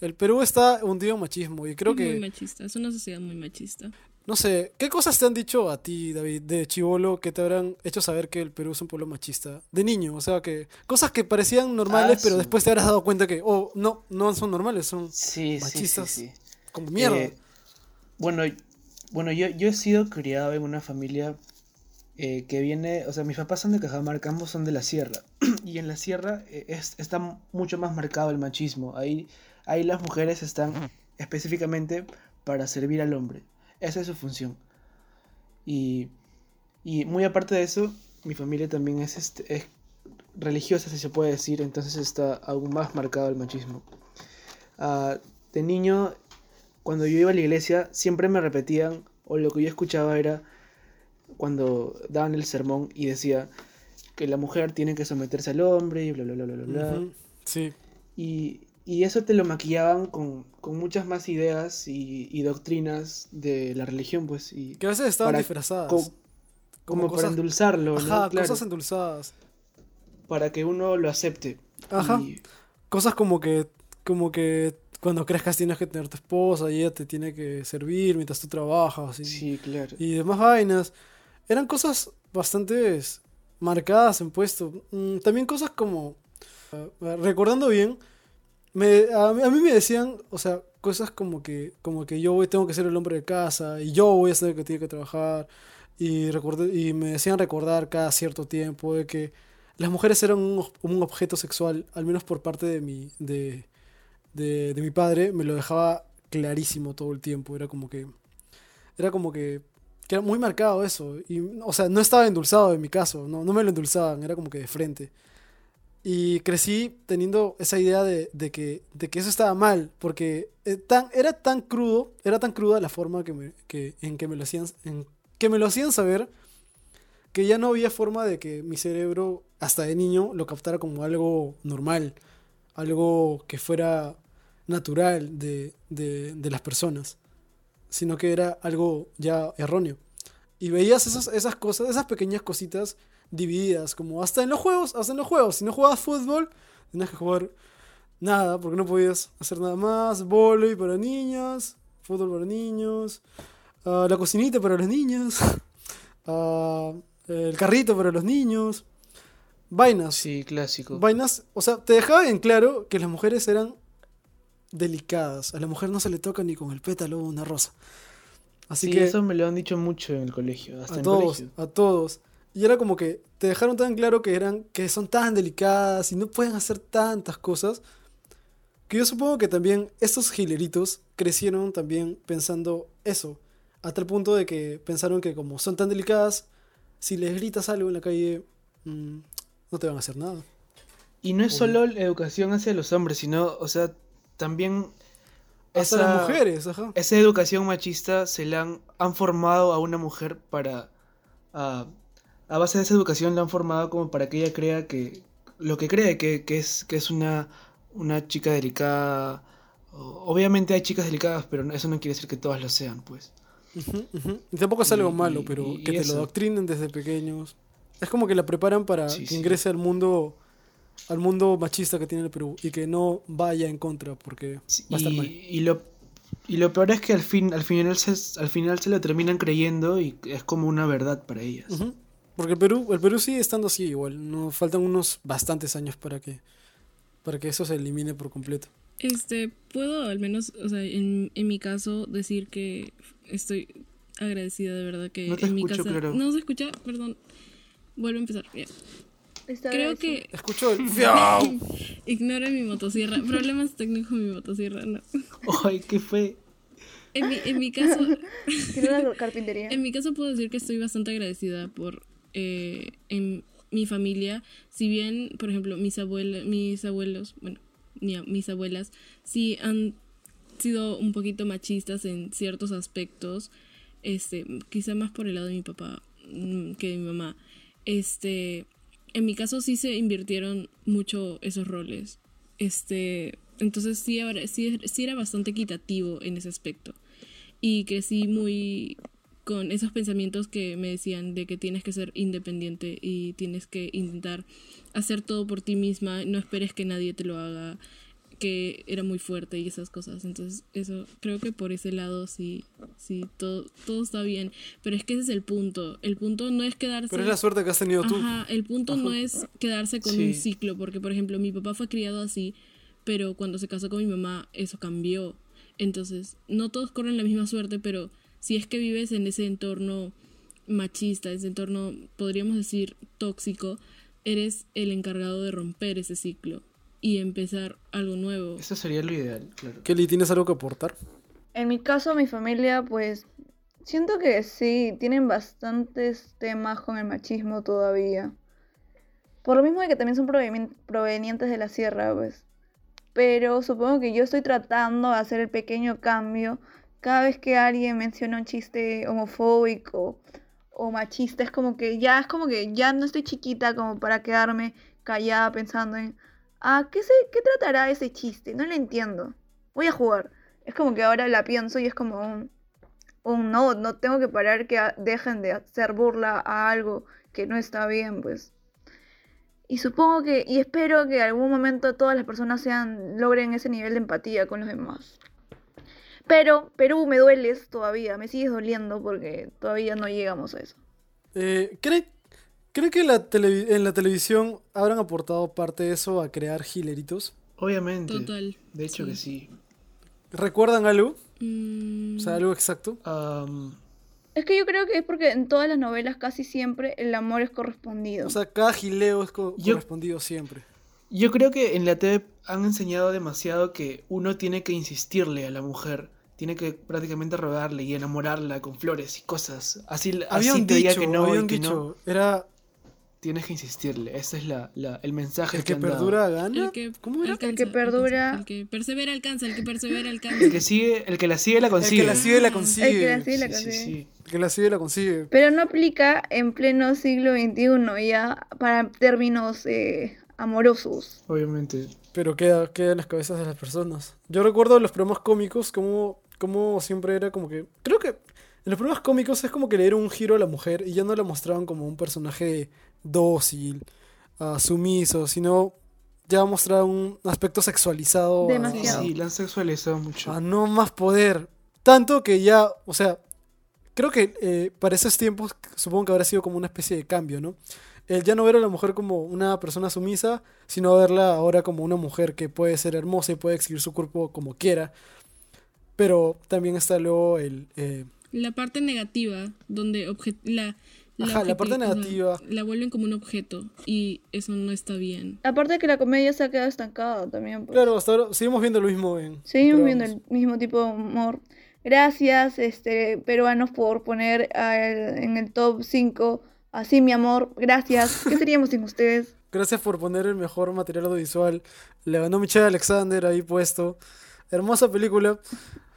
El Perú está hundido en machismo y creo
es
que.
muy machista, es una sociedad muy machista.
No sé, ¿qué cosas te han dicho a ti, David, de chivolo que te habrán hecho saber que el Perú es un pueblo machista? De niño, o sea, que cosas que parecían normales,
Ah,
pero
su-
después te habrás dado cuenta que, oh, no, no son normales, son
Sí, sí, sí,
Machistas.
sí.
como mierda.
Eh, bueno, bueno yo, yo he sido criado en una familia eh, que viene, o sea, mis papás son de Cajamarca, ambos son de la sierra. y en la sierra eh, es- está m- mucho más marcado el machismo. Ahí, ahí las mujeres están específicamente para servir al hombre. Esa es su función. Y, y muy aparte de eso, mi familia también es, este, es religiosa, si se puede decir, entonces está aún más marcado el machismo. Ah, de niño cuando yo iba a la iglesia siempre me repetían, o lo que yo escuchaba era cuando daban el sermón y decía que la mujer tiene que someterse al hombre y bla, bla, bla, bla, bla. bla.
Ujú, Sí.
Y, y eso te lo maquillaban con, con muchas más ideas y, y doctrinas de la religión, pues, y
Que a veces estaban
Para-
disfrazadas.
co- como, para
cosas,
endulzarlo, ¿no?
Ajá,
Claro,
cosas endulzadas.
para que uno lo acepte.
Ajá.
Y-
Cosas como que, como que cuando crezcas tienes que tener tu esposa y ella te tiene que servir mientras tú trabajas. Y,
sí, claro.
y demás vainas. Eran cosas bastante marcadas en puesto. Mm, También cosas como, eh, recordando bien, me- a, mí- a mí me decían, o sea, cosas como que, como que yo voy, tengo que ser el hombre de casa y yo voy a ser el que tiene que trabajar. Y, recordé- y me decían recordar cada cierto tiempo de que las mujeres eran un, ob- un objeto sexual, al menos por parte de mi, de, de- de mi padre, me lo dejaba clarísimo todo el tiempo. Era como que, era como que, que era muy marcado eso. Y, o sea, no estaba endulzado en mi caso, no, no me lo endulzaban, era como que de frente. Y crecí teniendo esa idea de, de que, de que eso estaba mal, porque eh, tan, era tan crudo, era tan cruda la forma que me, que, en que me lo hacían, en que me lo hacían saber, que ya no había forma de que mi cerebro, hasta de niño, lo captara como algo normal, algo que fuera natural de, de, de las personas, sino que era algo ya erróneo. Y veías esas, esas cosas, esas pequeñas cositas divididas, como hasta en los juegos, hasta en los juegos. Si no jugabas fútbol, tenías que jugar nada, porque no podías hacer nada más. Voley para niñas, fútbol para niños, ah, la cocinita para los niños, ah, el carrito para los niños, vainas.
Sí, clásico.
Vainas, o sea, te dejaba en claro que las mujeres eran delicadas. A la mujer no se le toca ni con el pétalo una rosa. Así
sí,
que
eso me lo han dicho mucho en el colegio, hasta
a
en
todos,
colegio.
a todos. Y era como que te dejaron tan claro que eran, que son tan delicadas y no pueden hacer tantas cosas. Que yo supongo que también estos gileritos crecieron también pensando eso. A tal punto de que pensaron que como son tan delicadas, si les gritas algo en la calle, mm, no te van a hacer nada.
Y no es solo la educación hacia los hombres, sino, o sea, también
Hasta las mujeres, ajá.
esa educación machista se la han, han formado a una mujer para... ah, a base de esa educación la han formado como para que ella crea que... Lo que cree que, que es, que es una, una chica delicada. O- Obviamente hay chicas delicadas, pero eso no quiere decir que todas lo sean, pues.
Ujú, ujú. Y Tampoco es algo
Y-
malo,
y-
pero
y
que te
eso.
lo doctrinen desde pequeños. Es como que la preparan para
Sí,
que
sí.
ingrese al mundo al mundo machista que tiene el Perú y que no vaya en contra porque
Sí,
va a estar
y,
mal.
y lo, y lo peor es que al, fin, al, final se, al final se lo terminan creyendo y es como una verdad para ellas.
Ujú. Porque el Perú, el Perú sigue estando así igual. Nos faltan unos bastantes años para que para que eso se elimine por completo.
Este, puedo al menos, o sea, en, en mi caso decir que estoy agradecida de verdad que
No te
en mi
escucho,
casa
claro.
no se escucha, perdón. Vuelvo a empezar. ya. Creo que
Escucho el
ignoren mi motosierra. Problemas técnicos con mi motosierra, no.
Ay, ¿qué fue?
En mi, en mi caso,
Quiero la carpintería.
en mi caso puedo decir que estoy bastante agradecida por eh, en mi familia. Si bien, por ejemplo, mis abuelos, mis abuelos, bueno, ni a- mis abuelas, sí han sido un poquito machistas en ciertos aspectos. Este, quizá más por el lado de mi papá mm, que de mi mamá. Este, en mi caso sí se invirtieron mucho esos roles. Este, entonces sí, ahora- sí, sí era bastante equitativo en ese aspecto. Y crecí muy con esos pensamientos que me decían de que tienes que ser independiente y tienes que intentar hacer todo por ti misma, no esperes que nadie te lo haga, que era muy fuerte y esas cosas. Entonces, eso creo que por ese lado sí, sí, todo, todo está bien. Pero es que ese es el punto. El punto no es quedarse...
Pero es la suerte que has tenido tú.
Ajá, el punto no es quedarse con
Sí.
un ciclo, porque por ejemplo mi papá fue criado así, pero cuando se casó con mi mamá eso cambió. Entonces, no todos corren la misma suerte, pero si es que vives en ese entorno machista, ese entorno, podríamos decir, tóxico, eres el encargado de romper ese ciclo y empezar algo nuevo.
Eso sería lo ideal, claro.
Kelly, ¿tienes algo que aportar?
En mi caso, mi familia, pues siento que sí, tienen bastantes temas con el machismo todavía. Por lo mismo de que también son provenien- provenientes de la sierra, pues. Pero supongo que yo estoy tratando de hacer el pequeño cambio. Cada vez que alguien menciona un chiste homofóbico o machista, es como que ya, es como que ya no estoy chiquita como para quedarme callada pensando en, ah, ¿qué, se, qué tratará ese chiste? No lo entiendo. Voy a jugar. Es como que ahora la pienso y es como un, un no, no tengo que parar que a- dejen de hacer burla a algo que no está bien, pues. Y supongo que, y espero que algún momento todas las personas sean, logren ese nivel de empatía con los demás. Pero, Perú, me dueles todavía, me sigues doliendo porque todavía no llegamos a eso.
Eh, ¿cree, cree que la televi- en la televisión habrán aportado parte de eso a crear gileritos?
Obviamente.
Total.
De hecho que sí.
¿Recuerdan algo?
Mm,
O sea, algo exacto.
Am,
Es que yo creo que es porque en todas las novelas casi siempre el amor es correspondido.
O sea, cada gileo es co-
Yo-
correspondido siempre.
yo creo que en la TV han enseñado demasiado que uno tiene que insistirle a la mujer. Tiene que prácticamente rogarle y enamorarla con flores y cosas. Así,
Había
así
un
te diga
dicho,
que no,
había
y
un
que no.
dicho. Era
Tienes que insistirle. Ese es la, la- el mensaje
el que
han dado.
perdura gana.
el que
¿Cómo era?
alcanza,
El que perdura.
alcanza, el que persevera alcanza, el que persevera
El
alcanza.
que sigue, el que la sigue la
El
consigue.
que la sigue la
el que
consigue.
la sigue, la
Sí,
que
sí,
sigue.
sí.
El que la sigue la consigue.
Pero no aplica en pleno siglo XXI ya para términos eh, amorosos.
Obviamente.
Pero queda, queda en las cabezas de las personas. Yo recuerdo los programas cómicos como, como siempre era como que... Creo que En los programas cómicos es como que le dieron un giro a la mujer y ya no la mostraban como un personaje dócil, ah, sumiso, sino ya mostraban un aspecto sexualizado. ah, a-
Sí,
Demasiado.
sí, Ah, la han sexualizado mucho.
a no más poder. Tanto que ya, o sea, creo que eh, para esos tiempos supongo que habrá sido como una especie de cambio, ¿no? El ya no ver a la mujer como una persona sumisa, sino verla ahora como una mujer que puede ser hermosa y puede exhibir su cuerpo como quiera. Pero también está luego el... eh,
La parte negativa, donde obje- la,
Ajá, la
objeti-
parte
o sea,
negativa.
la vuelven como un objeto y eso no está bien.
Aparte que la comedia se ha quedado estancada también. pues.
claro, hasta ahora seguimos viendo lo mismo en...
Seguimos
programas.
viendo el mismo tipo de humor. Gracias, este, peruanos, por poner al- en el top 5 así mi amor. Gracias. ¿Qué seríamos sin ustedes?
Gracias por poner el mejor material audiovisual. Le ganó Michelle Alexander ahí puesto. Hermosa película.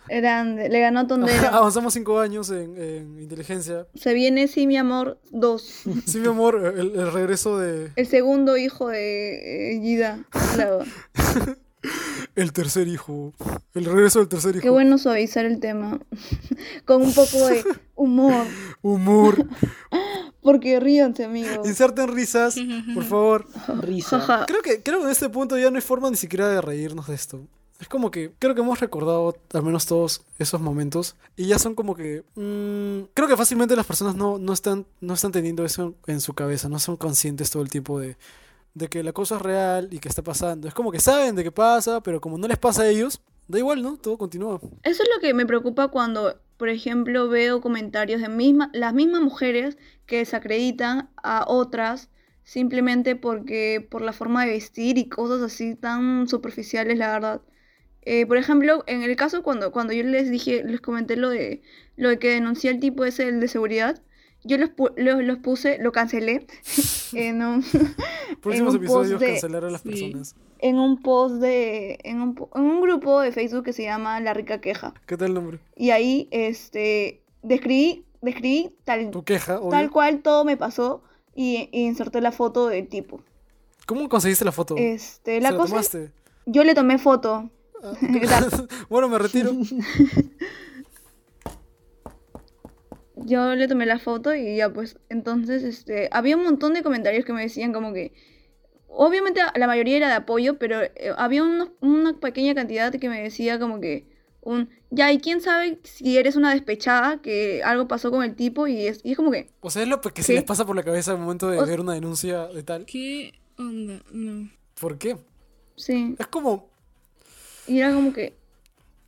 Grande. Le ganó Tondero.
Avanzamos cinco años en- en inteligencia.
Se viene Sí, mi amor 2.
Sí, mi amor, el, el regreso de.
El segundo hijo de eh, Gida. Claro.
El tercer hijo. El regreso del tercer hijo.
Qué bueno suavizar el tema con un poco de humor.
Humor.
Porque ríanse, amigos.
Inserten risas, por favor.
Risa.
Jaja.
Creo que, creo que en este punto ya no hay forma ni siquiera de reírnos de esto. Es como que creo que hemos recordado al menos todos esos momentos y ya son como que... mm, creo que fácilmente las personas no, no, están, no están teniendo eso en su cabeza, no son conscientes todo el tiempo de, de que la cosa es real y que está pasando. Es como que saben de qué pasa, pero como no les pasa a ellos, da igual, ¿no? Todo continúa.
Eso es lo que me preocupa cuando, por ejemplo, veo comentarios de misma, las mismas mujeres que desacreditan a otras simplemente porque por la forma de vestir y cosas así tan superficiales, la verdad. Eh, por ejemplo, en el caso cuando, cuando yo les dije, les comenté lo de lo de que denuncié el tipo ese el de seguridad, yo los, pu- los, los puse, lo cancelé Eh, en un,
Próximos
un post
episodios
de-
cancelar a las
Sí.
personas.
en un post de en un, po- en un grupo de Facebook que se llama La Rica Queja.
¿Qué tal el nombre?
Y ahí, este, describí, describí tal,
Tu queja, obvio.
tal cual todo me pasó y, y inserté la foto del tipo.
¿Cómo conseguiste la foto?
Este,
¿Se
la
la
cosa, es-
tomaste?
yo le tomé foto. Gracias.
bueno, me retiro.
Yo le tomé la foto y ya pues, entonces, este, había un montón de comentarios que me decían como que, obviamente la mayoría era de apoyo, pero eh, había unos- una pequeña cantidad que me decía como que, un, ya, ¿y quién sabe si eres una despechada que algo pasó con el tipo? Y es, y es como que,
O sea, es lo que se
¿Qué?
les pasa por la cabeza al momento de
O-
ver una denuncia de tal.
¿Qué onda? No.
¿Por qué?
sí,
Es como
y era como que,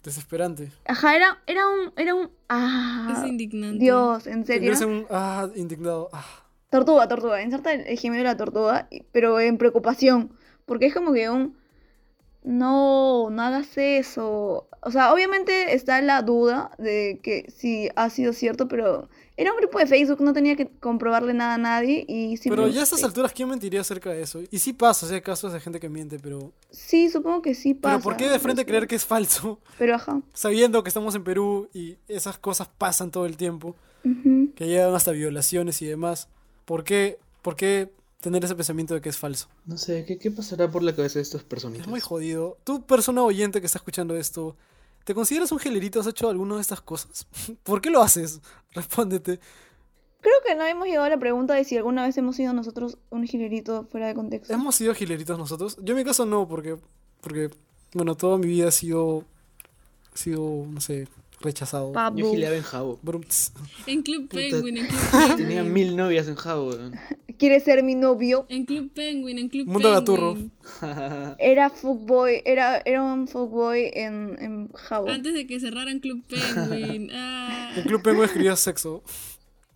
desesperante.
Ajá, era, era un, era un, ah,
Es indignante.
Dios, en serio.
Ingresa un ah, indignado. ah.
Tortuga, tortuga, inserta el, el gemido de la tortuga, y- pero en preocupación, porque es como que un, no, no hagas eso. O sea, obviamente está la duda de que si ha sido cierto, pero era un grupo de Facebook, no tenía que comprobarle nada a nadie y
Pero
simplemente...
ya a estas alturas, ¿quién mentiría acerca de eso? Y sí pasa, o sea, hay casos de gente que miente, pero...
Sí, supongo que sí pasa.
Pero ¿por qué de frente creer que es falso?
Pero ajá.
Sabiendo que estamos en Perú y esas cosas pasan todo el tiempo.
ujú.
que llegan hasta violaciones y demás. ¿Por qué, por qué tener ese pensamiento de que es falso?
No sé, ¿qué, ¿qué pasará por la cabeza de estos
Es
personitas?
muy jodido. Tú, persona oyente que está escuchando esto, ¿te consideras un gelerito? ¿Has hecho alguna de estas cosas? ¿Por qué lo haces? Respóndete.
Creo que no hemos llegado a la pregunta de si alguna vez hemos sido nosotros un gilerito fuera de contexto.
¿Hemos sido gileritos nosotros? Yo en mi caso no, porque, porque bueno, toda mi vida ha sido, ha sido no sé, rechazado.
Papu.
Yo gileaba en Jabo.
Brum, tss.
En Club
Puta,
Penguin, en Club Penguin.
Tenía mil novias en Jabo. weón.
¿Quieres ser mi novio?
En Club Penguin, en Club
Mundo Gaturro.
Penguin.
Era fuckboy, era, era un fuckboy en, en Jabo.
Antes de que cerraran Club Penguin. Ah.
El club Penguin escribía sexo.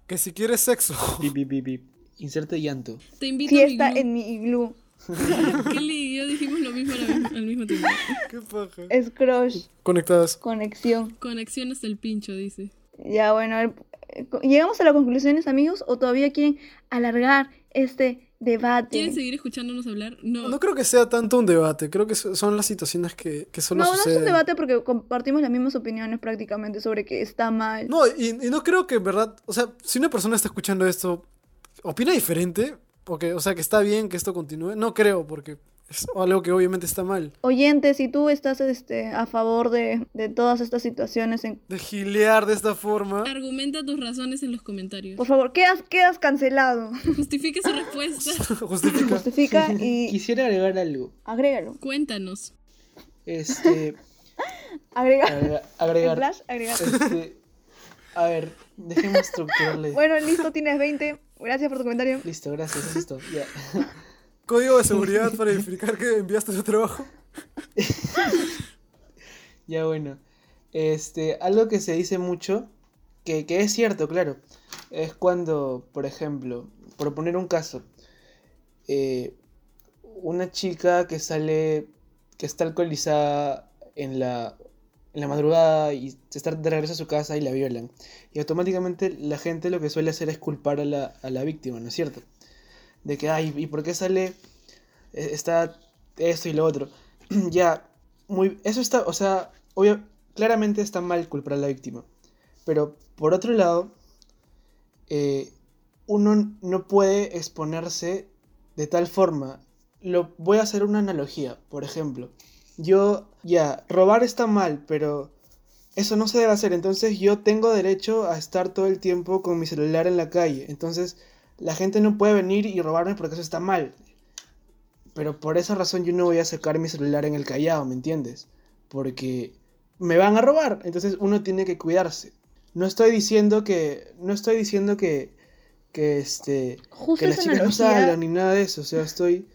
Que si quieres sexo.
Bip, bip, bip, bip. Inserte llanto.
Te invito
Fiesta
a mi
en mi iglú.
club. Kelly y yo dijimos lo mismo a la misma- al mismo tiempo.
Qué paja.
Es crush,
Conectadas.
conexión.
Conexión hasta el pincho, dice.
Ya bueno, el- eh, co- ¿llegamos a las conclusiones, amigos? ¿O todavía quieren alargar este debate?
¿Quieren seguir escuchándonos hablar? No.
No creo que sea tanto un debate, creo que so- son las situaciones que, que solo
No, no es
suceden.
un debate porque compartimos las mismas opiniones prácticamente sobre que está mal.
No, y, y no creo que en verdad, o sea, si una persona está escuchando esto, opina diferente, porque, o sea, que está bien que esto continúe, no creo, porque Es algo que obviamente está mal.
Oyente, si tú estás este, a favor de, de todas estas situaciones, en-
De gilear de esta forma.
Argumenta tus razones en los comentarios.
por favor, quedas, quedas cancelado.
Justifique su respuesta.
Justifica.
Justifica y
Quisiera agregar algo.
agrégalo.
Cuéntanos.
Este,
Agrega.
agrega-
En
agregar.
flash, agrega.
Este, a ver, dejemos estructurarle.
Bueno, listo, tienes 20. Gracias por tu comentario.
Listo, gracias, listo. Ya.
Código de seguridad para verificar que enviaste tu trabajo.
Ya bueno. Este, algo que se dice mucho, que, que es cierto, claro, es cuando, por ejemplo, por poner un caso, eh, una chica que sale, que está alcoholizada en la, en la madrugada y se está de regreso a su casa y la violan. Y automáticamente la gente lo que suele hacer es culpar a la, a la víctima, ¿no es cierto? De que, ay, ¿y por qué sale? eh, Está esto y lo otro. ya, muy, eso está, o sea, obvio, claramente está mal culpar a la víctima. Pero por otro lado, eh, uno no puede exponerse de tal forma. Lo, voy a hacer una analogía, por ejemplo. Yo, ya, robar está mal, pero eso no se debe hacer. Entonces yo tengo derecho a estar todo el tiempo con mi celular en la calle. Entonces la gente no puede venir y robarme porque eso está mal. Pero por esa razón yo no voy a sacar mi celular en el callado, ¿me entiendes? Porque me van a robar. Entonces uno tiene que cuidarse. No estoy diciendo que. No estoy diciendo que. Que este.
Justo
que las
esa
chicas no
analogía-
salgan ni nada de eso. O sea, estoy.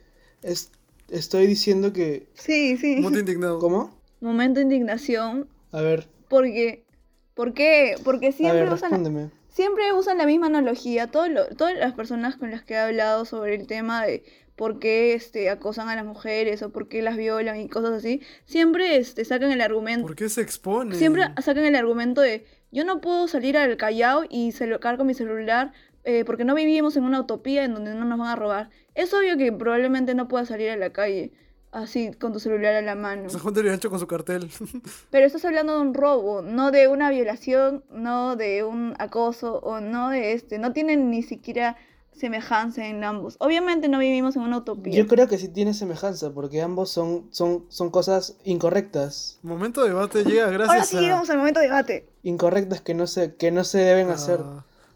es- estoy diciendo que.
Sí, sí.
Muy indignado.
¿Cómo?
Momento de indignación.
A ver.
Porque. ¿Por qué? Porque
A
siempre
ver,
usan. la-
respóndeme.
Siempre usan la misma analogía. Todo lo- todas las personas con las que he hablado sobre el tema de por qué este, acosan a las mujeres o por qué las violan y cosas así, siempre este, sacan el argumento.
¿Por qué se expone?
Siempre sacan el argumento de yo no puedo salir al Callao y se lo cargo mi celular eh, porque no vivimos en una utopía en donde no nos van a robar. Es obvio que probablemente no puedas salir a la calle así con tu celular a la mano.
Se junta el gancho con su cartel.
Pero estás hablando de un robo, no de una violación, no de un acoso o no de este. No tienen ni siquiera semejanza en ambos. Obviamente no vivimos en una utopía.
Yo creo que sí tiene semejanza, porque ambos son, son, son cosas incorrectas.
Momento de debate llega
Ahora
gracias
sí
a.
llegamos al momento de debate.
Incorrectas que no se, que no se deben
a-
hacer.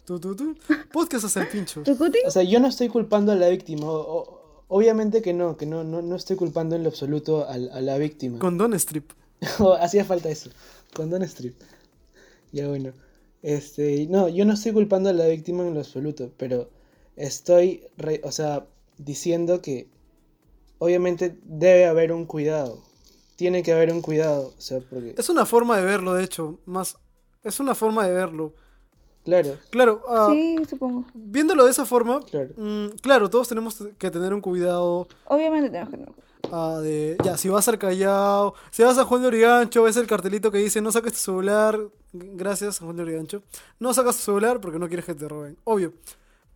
tu, tu, tu. Podcast hacer pincho.
¿Tucuti?
O sea, yo no estoy culpando a la víctima. o- o- obviamente que no, que no, no, no estoy culpando en lo absoluto a, a la víctima.
Condón strip.
O Hacía falta eso. Condón strip. Ya bueno. Este, no, yo no estoy culpando a la víctima en lo absoluto, pero estoy, re- o sea, diciendo que obviamente debe haber un cuidado. Tiene que haber un cuidado, o sea, porque
Es una forma de verlo, de hecho. Más. Es una forma de verlo.
claro,
Claro, ah,
Sí, supongo.
viéndolo de esa forma.
Claro.
mm, claro, todos tenemos que tener un cuidado.
Obviamente tenemos que no.
Ah, de, ya, si vas al Callao, si vas a Juan de Origancho, ves el cartelito que dice no saques tu celular, g- gracias San Juan de Origancho, no sacas tu celular porque no quieres que te roben, obvio.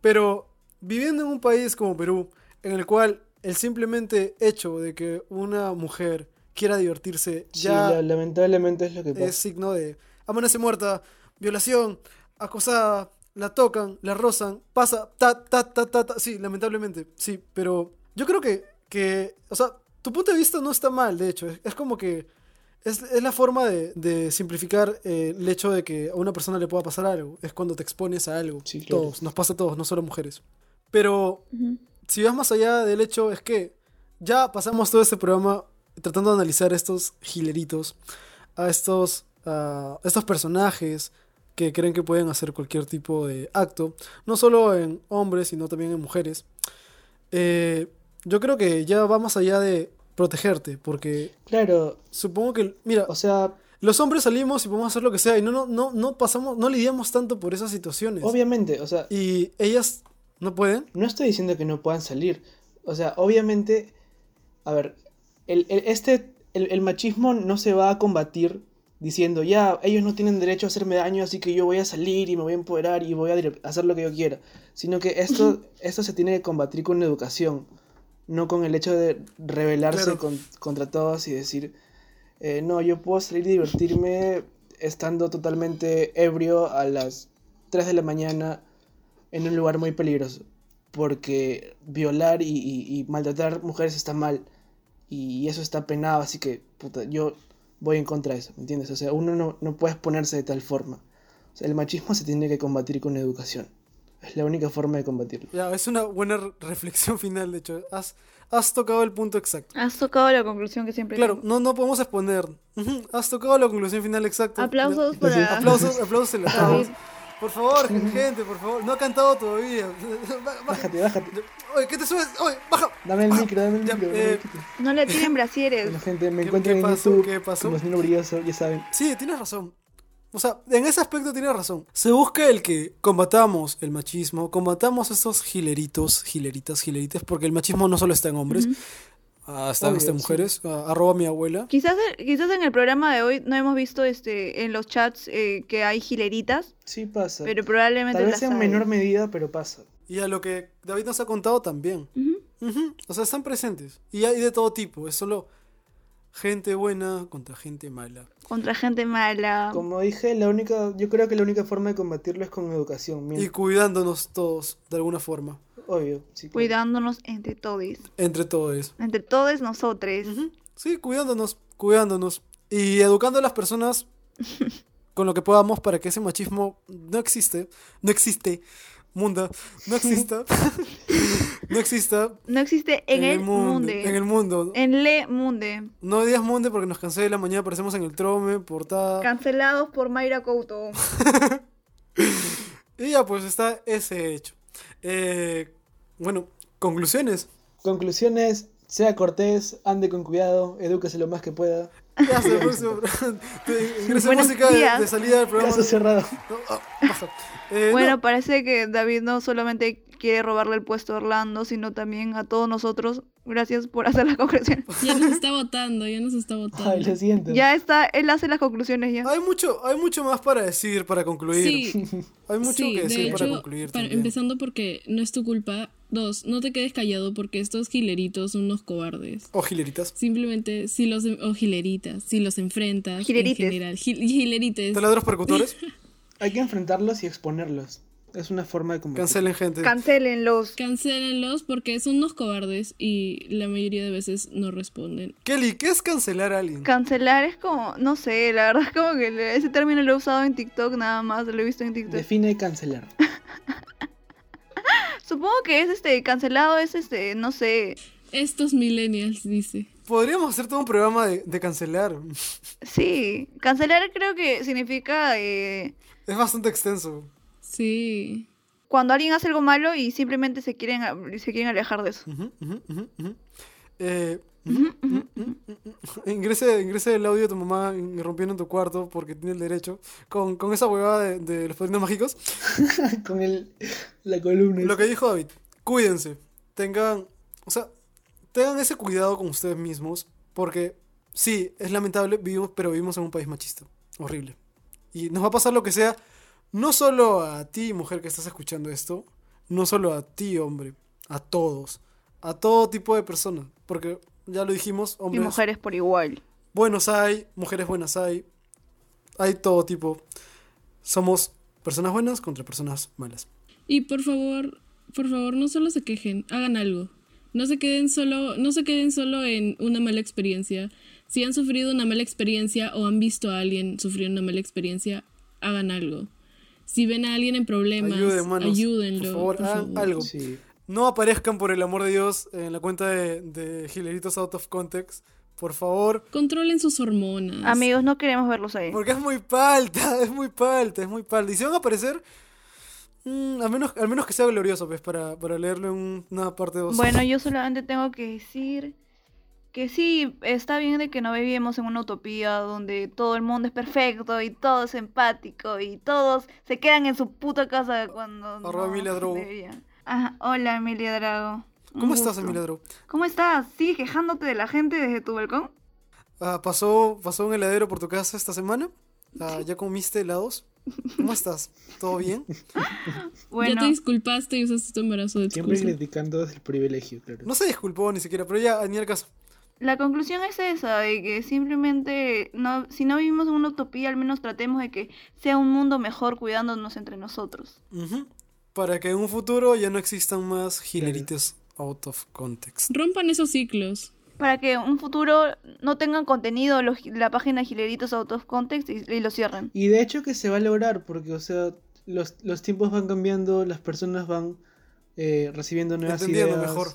Pero viviendo en un país como Perú, en el cual el simplemente hecho de que una mujer quiera divertirse
Sí,
ya
la- lamentablemente es lo que pasa.
es signo de amanece muerta, violación, acosada, la tocan, la rozan, pasa, ta, ta, ta, ta, ta. Sí, lamentablemente, sí, pero yo creo que, que o sea, tu punto de vista no está mal, de hecho, es, es como que es, es la forma de, de simplificar eh, el hecho de que a una persona le pueda pasar algo, es cuando te expones a algo,
Sí, claro.
todos, nos pasa a todos, no solo mujeres. Pero si vas más allá del hecho, es que ya pasamos todo este programa tratando de analizar estos hileritos, a estos, a estos personajes que creen que pueden hacer cualquier tipo de acto, no solo en hombres, sino también en mujeres. Eh, yo creo que ya va más allá de protegerte, porque
Claro,
supongo que, mira,
o sea,
los hombres salimos y podemos hacer lo que sea, y no, no, no, no pasamos, no lidiamos tanto por esas situaciones.
obviamente, o sea,
Y ellas no pueden.
no estoy diciendo que no puedan salir. O sea, obviamente, a ver, el, el- este, el, el machismo no se va a combatir diciendo, ya, ellos no tienen derecho a hacerme daño, así que yo voy a salir y me voy a empoderar y voy a dire- hacer lo que yo quiera. Sino que esto, esto se tiene que combatir con educación, no con el hecho de rebelarse
Claro.
con- contra todos y decir, eh, no, yo puedo salir y divertirme estando totalmente ebrio a las 3 de la mañana en un lugar muy peligroso. Porque violar y, y- y maltratar mujeres está mal. y eso está penado, así que puta, yo voy en contra de eso, ¿me entiendes? O sea, uno no, no puede exponerse de tal forma. O sea, el machismo se tiene que combatir con educación. Es la única forma de combatirlo.
Ya, es una buena re- reflexión final, de hecho. Has, has tocado el punto exacto.
Has tocado la conclusión que siempre
Claro,
tengo.
no, no podemos exponer. Ujú, Has tocado la conclusión final exacta.
Aplausos
Ya.
para-
Aplausos, aplausos y los aplausos.
David.
Por favor, gente, por favor. No ha cantado todavía. Ba- baja.
Bájate, bájate.
Oye, ¿qué te subes? Oye, baja.
Dame el micro, dame el
Ya,
micro. dame
eh,
el micro.
No le tiren brasieres.
La gente me
¿qué-
encuentra
qué
en
pasó?
YouTube.
¿Qué pasó?
Como Sino Brilloso, ya saben.
Sí, tienes razón. O sea, en ese aspecto tienes razón. Se busca el que combatamos el machismo, combatamos estos gileritos, gileritas, gilerites, porque el machismo no solo está en hombres, ah, está en
Obvio,
hasta
sí.
mujeres. Ah, arroba mi abuela.
Quizás, quizás en el programa de hoy no hemos visto este en los chats eh, que hay gileritas,
Sí pasa.
pero probablemente
Tal vez
las
en
hay.
menor medida, pero pasa.
Y a lo que David nos ha contado también.
Ujú.
Ujú, O sea, están presentes. Y hay de todo tipo. Es solo gente buena contra gente mala.
Contra gente mala.
Como dije, la única, yo creo que la única forma de combatirlo es con educación. mien-
Y cuidándonos todos, de alguna forma.
Obvio. sí, claro.
Cuidándonos entre todos.
Entre todos.
Entre todos nosotros.
Ujú, Sí, cuidándonos, cuidándonos. Y educando a las personas con lo que podamos para que ese machismo no existe. No existe. Munda. No exista. no exista.
No existe en, el
munde,
mundo.
En el mundo.
En le munde.
No digas munde porque nos cansé de la mañana. Aparecemos en el trome, portada.
Cancelados por Mayra Couto.
Y ya, pues está ese hecho. Eh, bueno, conclusiones.
Conclusiones, sea cortés, ande con cuidado, edúquese lo más que pueda.
Ya se puso- te- Ingresa
Buenos
música de,
días.
de salida del programa.
Caso cerrado.
No, ah, pasa. Eh,
bueno,
no,
parece que David no solamente quiere robarle el puesto a Orlando, sino también a todos nosotros. Gracias por hacer las conclusiones.
Pues
Ya nos está votando, ya nos está votando.
Ay, lo siento.
Ya está, él hace las conclusiones ya.
hay, mucho, hay mucho más para decir, para concluir.
Sí,
Hay mucho
sí,
que
de
decir
hecho,
para concluir.
para-
también.
empezando porque no es tu culpa. Dos, no te quedes callado porque estos gileritos son unos cobardes.
O gileritas.
Simplemente, si los, o gileritas, si los enfrentas.
Gilerites.
En general, gil- gilerites.
Taladros percutores.
Hay que enfrentarlos y exponerlos. Es una forma de combatir.
Cancelen gente.
Cancelenlos.
Cancélenlos porque son unos cobardes y la mayoría de veces no responden.
Kelly, ¿qué es cancelar a alguien?
Cancelar es como, no sé, la verdad es como que le- ese término lo he usado en TikTok nada más, lo he visto en TikTok.
Define cancelar.
Supongo que es este, cancelado es este, no sé.
Estos millennials, dice.
Podríamos hacer todo un programa de, de cancelar.
Sí, cancelar creo que significa eh,
Es bastante extenso.
Sí.
cuando alguien hace algo malo y simplemente se quieren, a- se quieren alejar de eso.
Ujú, ujú, ujú, ujú. Eh, ujú, ujú, ujú, ujú. Ingrese, ingrese el audio de tu mamá en- rompiendo en tu cuarto porque tiene el derecho con, con esa huevada de, de los padrinos mágicos.
con el, la columna.
Lo que dijo David, cuídense, tengan, o sea, tengan ese cuidado con ustedes mismos porque sí, es lamentable, vivimos, pero vivimos en un país machista, horrible. Y nos va a pasar lo que sea, no solo a ti, mujer que estás escuchando esto, no solo a ti, hombre, a todos, a todo tipo de personas, porque ya lo dijimos,
Y
hombres
mujeres por igual.
buenos hay, mujeres buenas hay, hay todo tipo. Somos personas buenas contra personas malas.
Y por favor, por favor, no solo se quejen, hagan algo. No se queden solo, no se queden solo en una mala experiencia. Si han sufrido una mala experiencia o han visto a alguien sufrir una mala experiencia, hagan algo. Si ven a alguien en problemas,
Ayuden, manos.
ayúdenlo.
Por favor,
por
hagan
favor.
algo.
Sí.
No aparezcan, por el amor de Dios, en la cuenta de, de Gileritos Out of Context. Por favor.
Controlen sus hormonas.
Amigos, no queremos verlos ahí.
Porque es muy palta, es muy palta, es muy palta. Y si van a aparecer, mm, al, menos, al menos que sea glorioso, pues, para, para leerlo en una parte 2.
Bueno, yo solamente tengo que decir que sí, está bien de que no vivimos en una utopía donde todo el mundo es perfecto y todo es empático y todos se quedan en su puta casa cuando...
Arroba Emilia Drago.
deberían. Ah, hola Emilia Drago. Un
¿Cómo estás,
gusto.
Emilia Drago?
¿Cómo estás? ¿Sigues quejándote de la gente desde tu balcón?
Ah, ¿pasó, ¿Pasó un heladero por tu casa esta semana? Ah, ¿Ya comiste helados? ¿Cómo estás? ¿Todo bien?
Bueno,
Ya te disculpaste y usaste tu embarazo de
Siempre
excusa.
criticando desde el privilegio, claro.
No se disculpó ni siquiera, pero ya, ni al caso.
la conclusión es esa, de que simplemente no, si no vivimos en una utopía, al menos tratemos de que sea un mundo mejor cuidándonos entre nosotros.
Ujú. Para que en un futuro ya no existan más Gileritos Out of Context.
Rompan esos ciclos.
para que en un futuro no tengan contenido los- la página Gileritos Out of Context y, y lo cierren.
Y de hecho que se va a lograr, porque, o sea, los, los tiempos van cambiando, las personas van eh, recibiendo nuevas
Entendiendo
ideas.
mejor.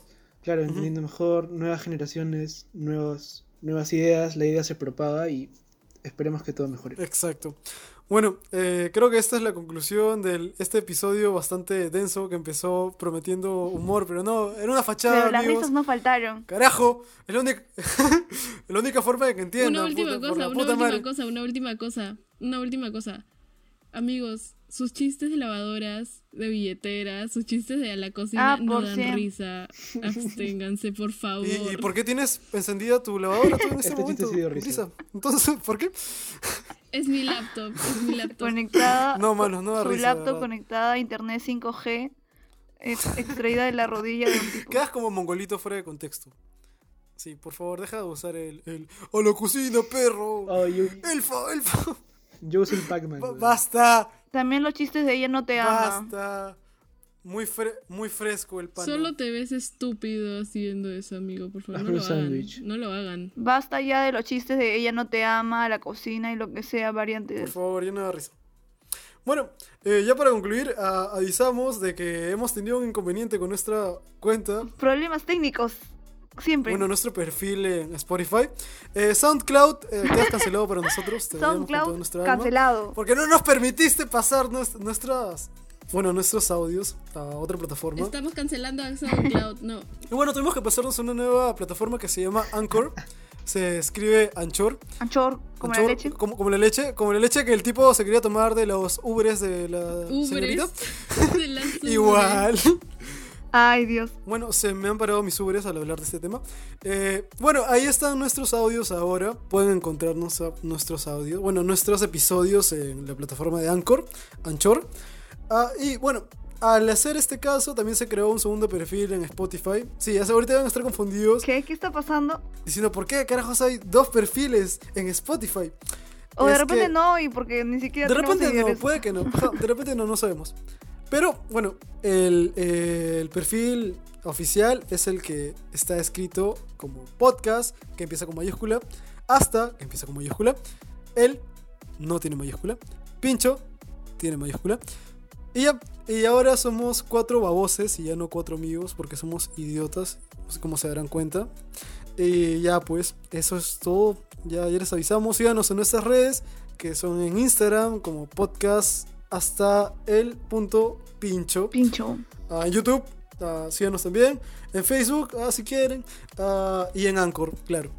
Claro, entendiendo mejor, nuevas generaciones, nuevos, nuevas ideas, la idea se propaga y esperemos que todo mejore.
Eh, Exacto. Bueno, eh, creo que esta es la conclusión de este episodio bastante denso que empezó prometiendo humor, pero no, era una fachada,
Pero las
amigos.
risas no faltaron.
Carajo, es la, única, la única forma de que entiendan.
una última
puta, por
cosa,
la
una
puta
última
madre.
cosa, una última cosa, una última cosa. Amigos, sus chistes de lavadoras, de billeteras, sus chistes de la cocina
Ah,
no
por
dan
cien.
risa. Absténganse, por favor.
¿Y, y por qué tienes encendida tu lavadora tú en este,
Este chiste
momento?
sí dio risa.
Lisa? Entonces, ¿por qué?
Es mi laptop, es mi laptop.
Conectada.
No, manos, no da
su
risa, de
laptop
verdad.
conectada a internet 5G. ex- extraída de la rodilla de un tipo.
Quedas como mongolito fuera de contexto. Sí, por favor, deja de usar el. el ¡A la cocina, perro!
Oh, yo,
¡Elfo, elfo!
yo uso el Pac-Man.
Ba-
weón.
¡Basta!
También los chistes de ella no te ama.
¡Basta! Muy, fre- muy fresco el pan.
Solo te ves estúpido haciendo eso, amigo, por favor.
Hazme
No lo
un
hagan.
sándwich.
No lo hagan.
Basta ya de los chistes de ella no te ama, la cocina y lo que sea, variante de
Por
eso.
favor, lleno de risa. Bueno, eh, ya para concluir, a- avisamos de que hemos tenido un inconveniente con nuestra cuenta.
Problemas técnicos. Siempre.
Bueno, nuestro perfil en Spotify. Eh, SoundCloud, eh, quedas cancelado para nosotros. te odiamos con toda
SoundCloud
nuestra alma.
cancelado.
Porque no nos permitiste pasar nues- nuestras, bueno, nuestros audios a otra plataforma.
Estamos cancelando a SoundCloud. No,
Y bueno, tuvimos que pasarnos a una nueva plataforma que se llama Anchor. Se escribe Anchor.
Anchor, como
Anchor,
la leche.
Como, como la leche. Como la leche que el tipo se quería tomar de los ubres de la señorita.
Ubres. De las Ubres.
Igual.
Ay, Dios.
Bueno, se me han parado mis ubres al hablar de este tema. Eh, bueno, ahí están nuestros audios ahora. Pueden encontrarnos a- nuestros audios. Bueno, nuestros episodios en la plataforma de Anchor. Anchor. Ah, y bueno, al hacer este caso también se creó un segundo perfil en Spotify. Sí, ya sé, ahorita van a estar confundidos
¿Qué? ¿Qué está pasando?
diciendo por qué carajos hay dos perfiles en Spotify.
O de
Es
repente
que-
no, y porque ni siquiera
de
tenemos
repente no,
seguidores.
puede que no. Ajá, de repente no, no sabemos. Pero bueno, el, eh, el perfil oficial es el que está escrito como podcast, que empieza con mayúscula, hasta, que empieza con mayúscula, él no tiene mayúscula, pincho tiene mayúscula. Y, ya, y ahora somos cuatro baboces y ya no cuatro amigos porque somos idiotas, pues, como se darán cuenta. Y ya pues, eso es todo. Ya, ya les avisamos, síganos en nuestras redes, que son en Instagram como podcast hasta el punto pincho.
Pincho.
Ah, en YouTube, ah, síganos también. En Facebook, ah, si quieren. Ah, y en Anchor, claro.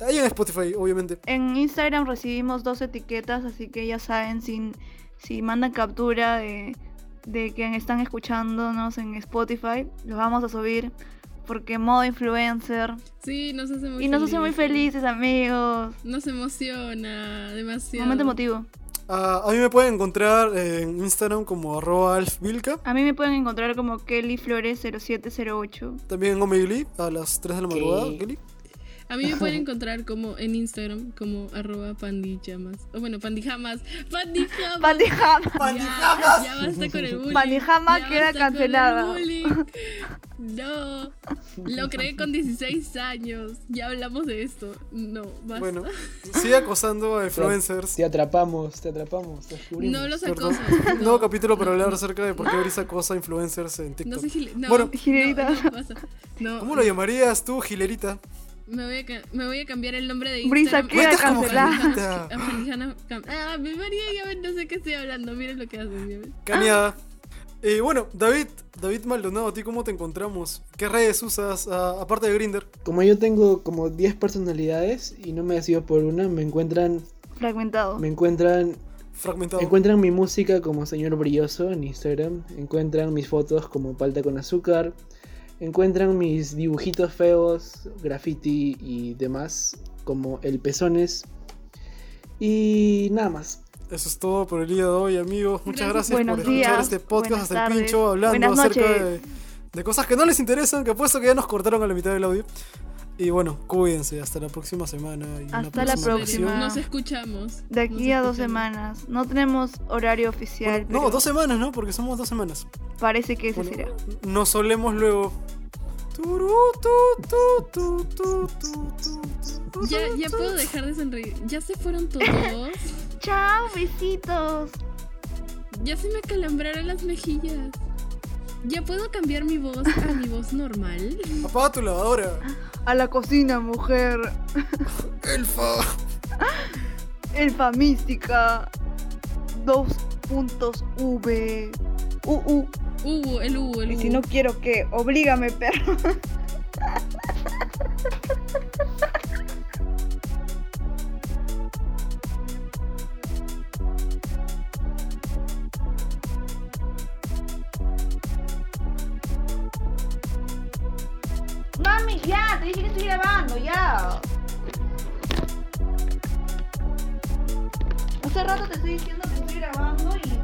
Ahí en Spotify, obviamente.
En Instagram recibimos dos etiquetas, así que ya saben, si, si mandan captura de, de que están escuchándonos en Spotify, los vamos a subir. Porque modo influencer.
Sí, nos hace muy
y nos hace muy felices, amigos.
Nos emociona demasiado.
Momento emotivo.
Ah, a mí me pueden encontrar en Instagram como arroba alfvilca.
A mí me pueden encontrar como Kelly Flores 0708.
También en Omegle a las 3 de la madrugada.
¿Qué?
Kelly.
A mí me pueden encontrar como en Instagram como arroba pandijamas. O bueno, pandijamas. Pandijamas.
Pandijama.
Ya, ya basta con el bullying.
Pandijamas
Ya
queda
basta con el
cancelada.
bullying. No. Lo creé con 16 años. Ya hablamos de esto. No, basta.
Bueno, sigue acosando a influencers.
Te atrapamos, te atrapamos, te descubrimos.
no los
Perdón.
acoso.
Un nuevo capítulo para hablar acerca de por qué Brisa acosa influencers en TikTok.
No sé, Gil- no,
Bueno.
Gilerita.
No, no, basta. No,
¿Cómo lo llamarías tú, Gilerita?
Me voy, a, ca- me voy a cambiar el nombre de
Brisa,
Instagram.
queda
Cuentas como
cancelada.
Gilerita.
A Felijana Cam- Ah, mi María, ya ven, no sé qué estoy hablando. Miren lo que hacen. ya ven.
Caneada. Eh, bueno, David, David Maldonado, ¿a ti cómo te encontramos? ¿Qué redes usas ah, aparte de Grinder?
Como yo tengo como 10 personalidades y no me decido por una, me encuentran,
Fragmentado.
me encuentran
Fragmentado.
Encuentran mi música como Señor Brilloso en Instagram. Encuentran mis fotos como Palta con Azúcar. Encuentran mis dibujitos feos, graffiti y demás como El Pezones. Y nada más.
Eso es todo por el día de hoy, amigos. Muchas gracias,
Gracias.
por
Buenos
escuchar
días,
este podcast
buenas
hasta
tardes,
el pincho hablando
buenas
acerca de,
noches.
de cosas que no les interesan, que apuesto que ya nos cortaron a la mitad del audio. Y bueno, cuídense, hasta la próxima semana. y una
Hasta la
ocasión.
próxima.
Nos escuchamos.
De aquí a
Nos escuchamos.
dos semanas. No tenemos horario oficial.
Bueno, no,
pero
dos semanas, ¿no? Porque somos dos semanas.
Parece que ese
Bueno,
será.
nos solemos luego. Turú, tu, tu, tu, tu, tu, tu, tu,
Ya,
tu,
ya
tu.
puedo dejar de sonreír. Ya se fueron todos.
Chao, besitos.
Ya se me acalambraron las mejillas. Ya puedo cambiar mi voz a mi voz normal.
Apaga tu lavadora.
A la cocina, mujer.
Elfa.
Elfa mística. Dos puntos V. Uh, uh.
Uh, el uh, el
Y
uh.
si no quiero que, oblígame, perro. Mami, ya, te dije que estoy grabando, ya. Hace rato te estoy diciendo que estoy grabando y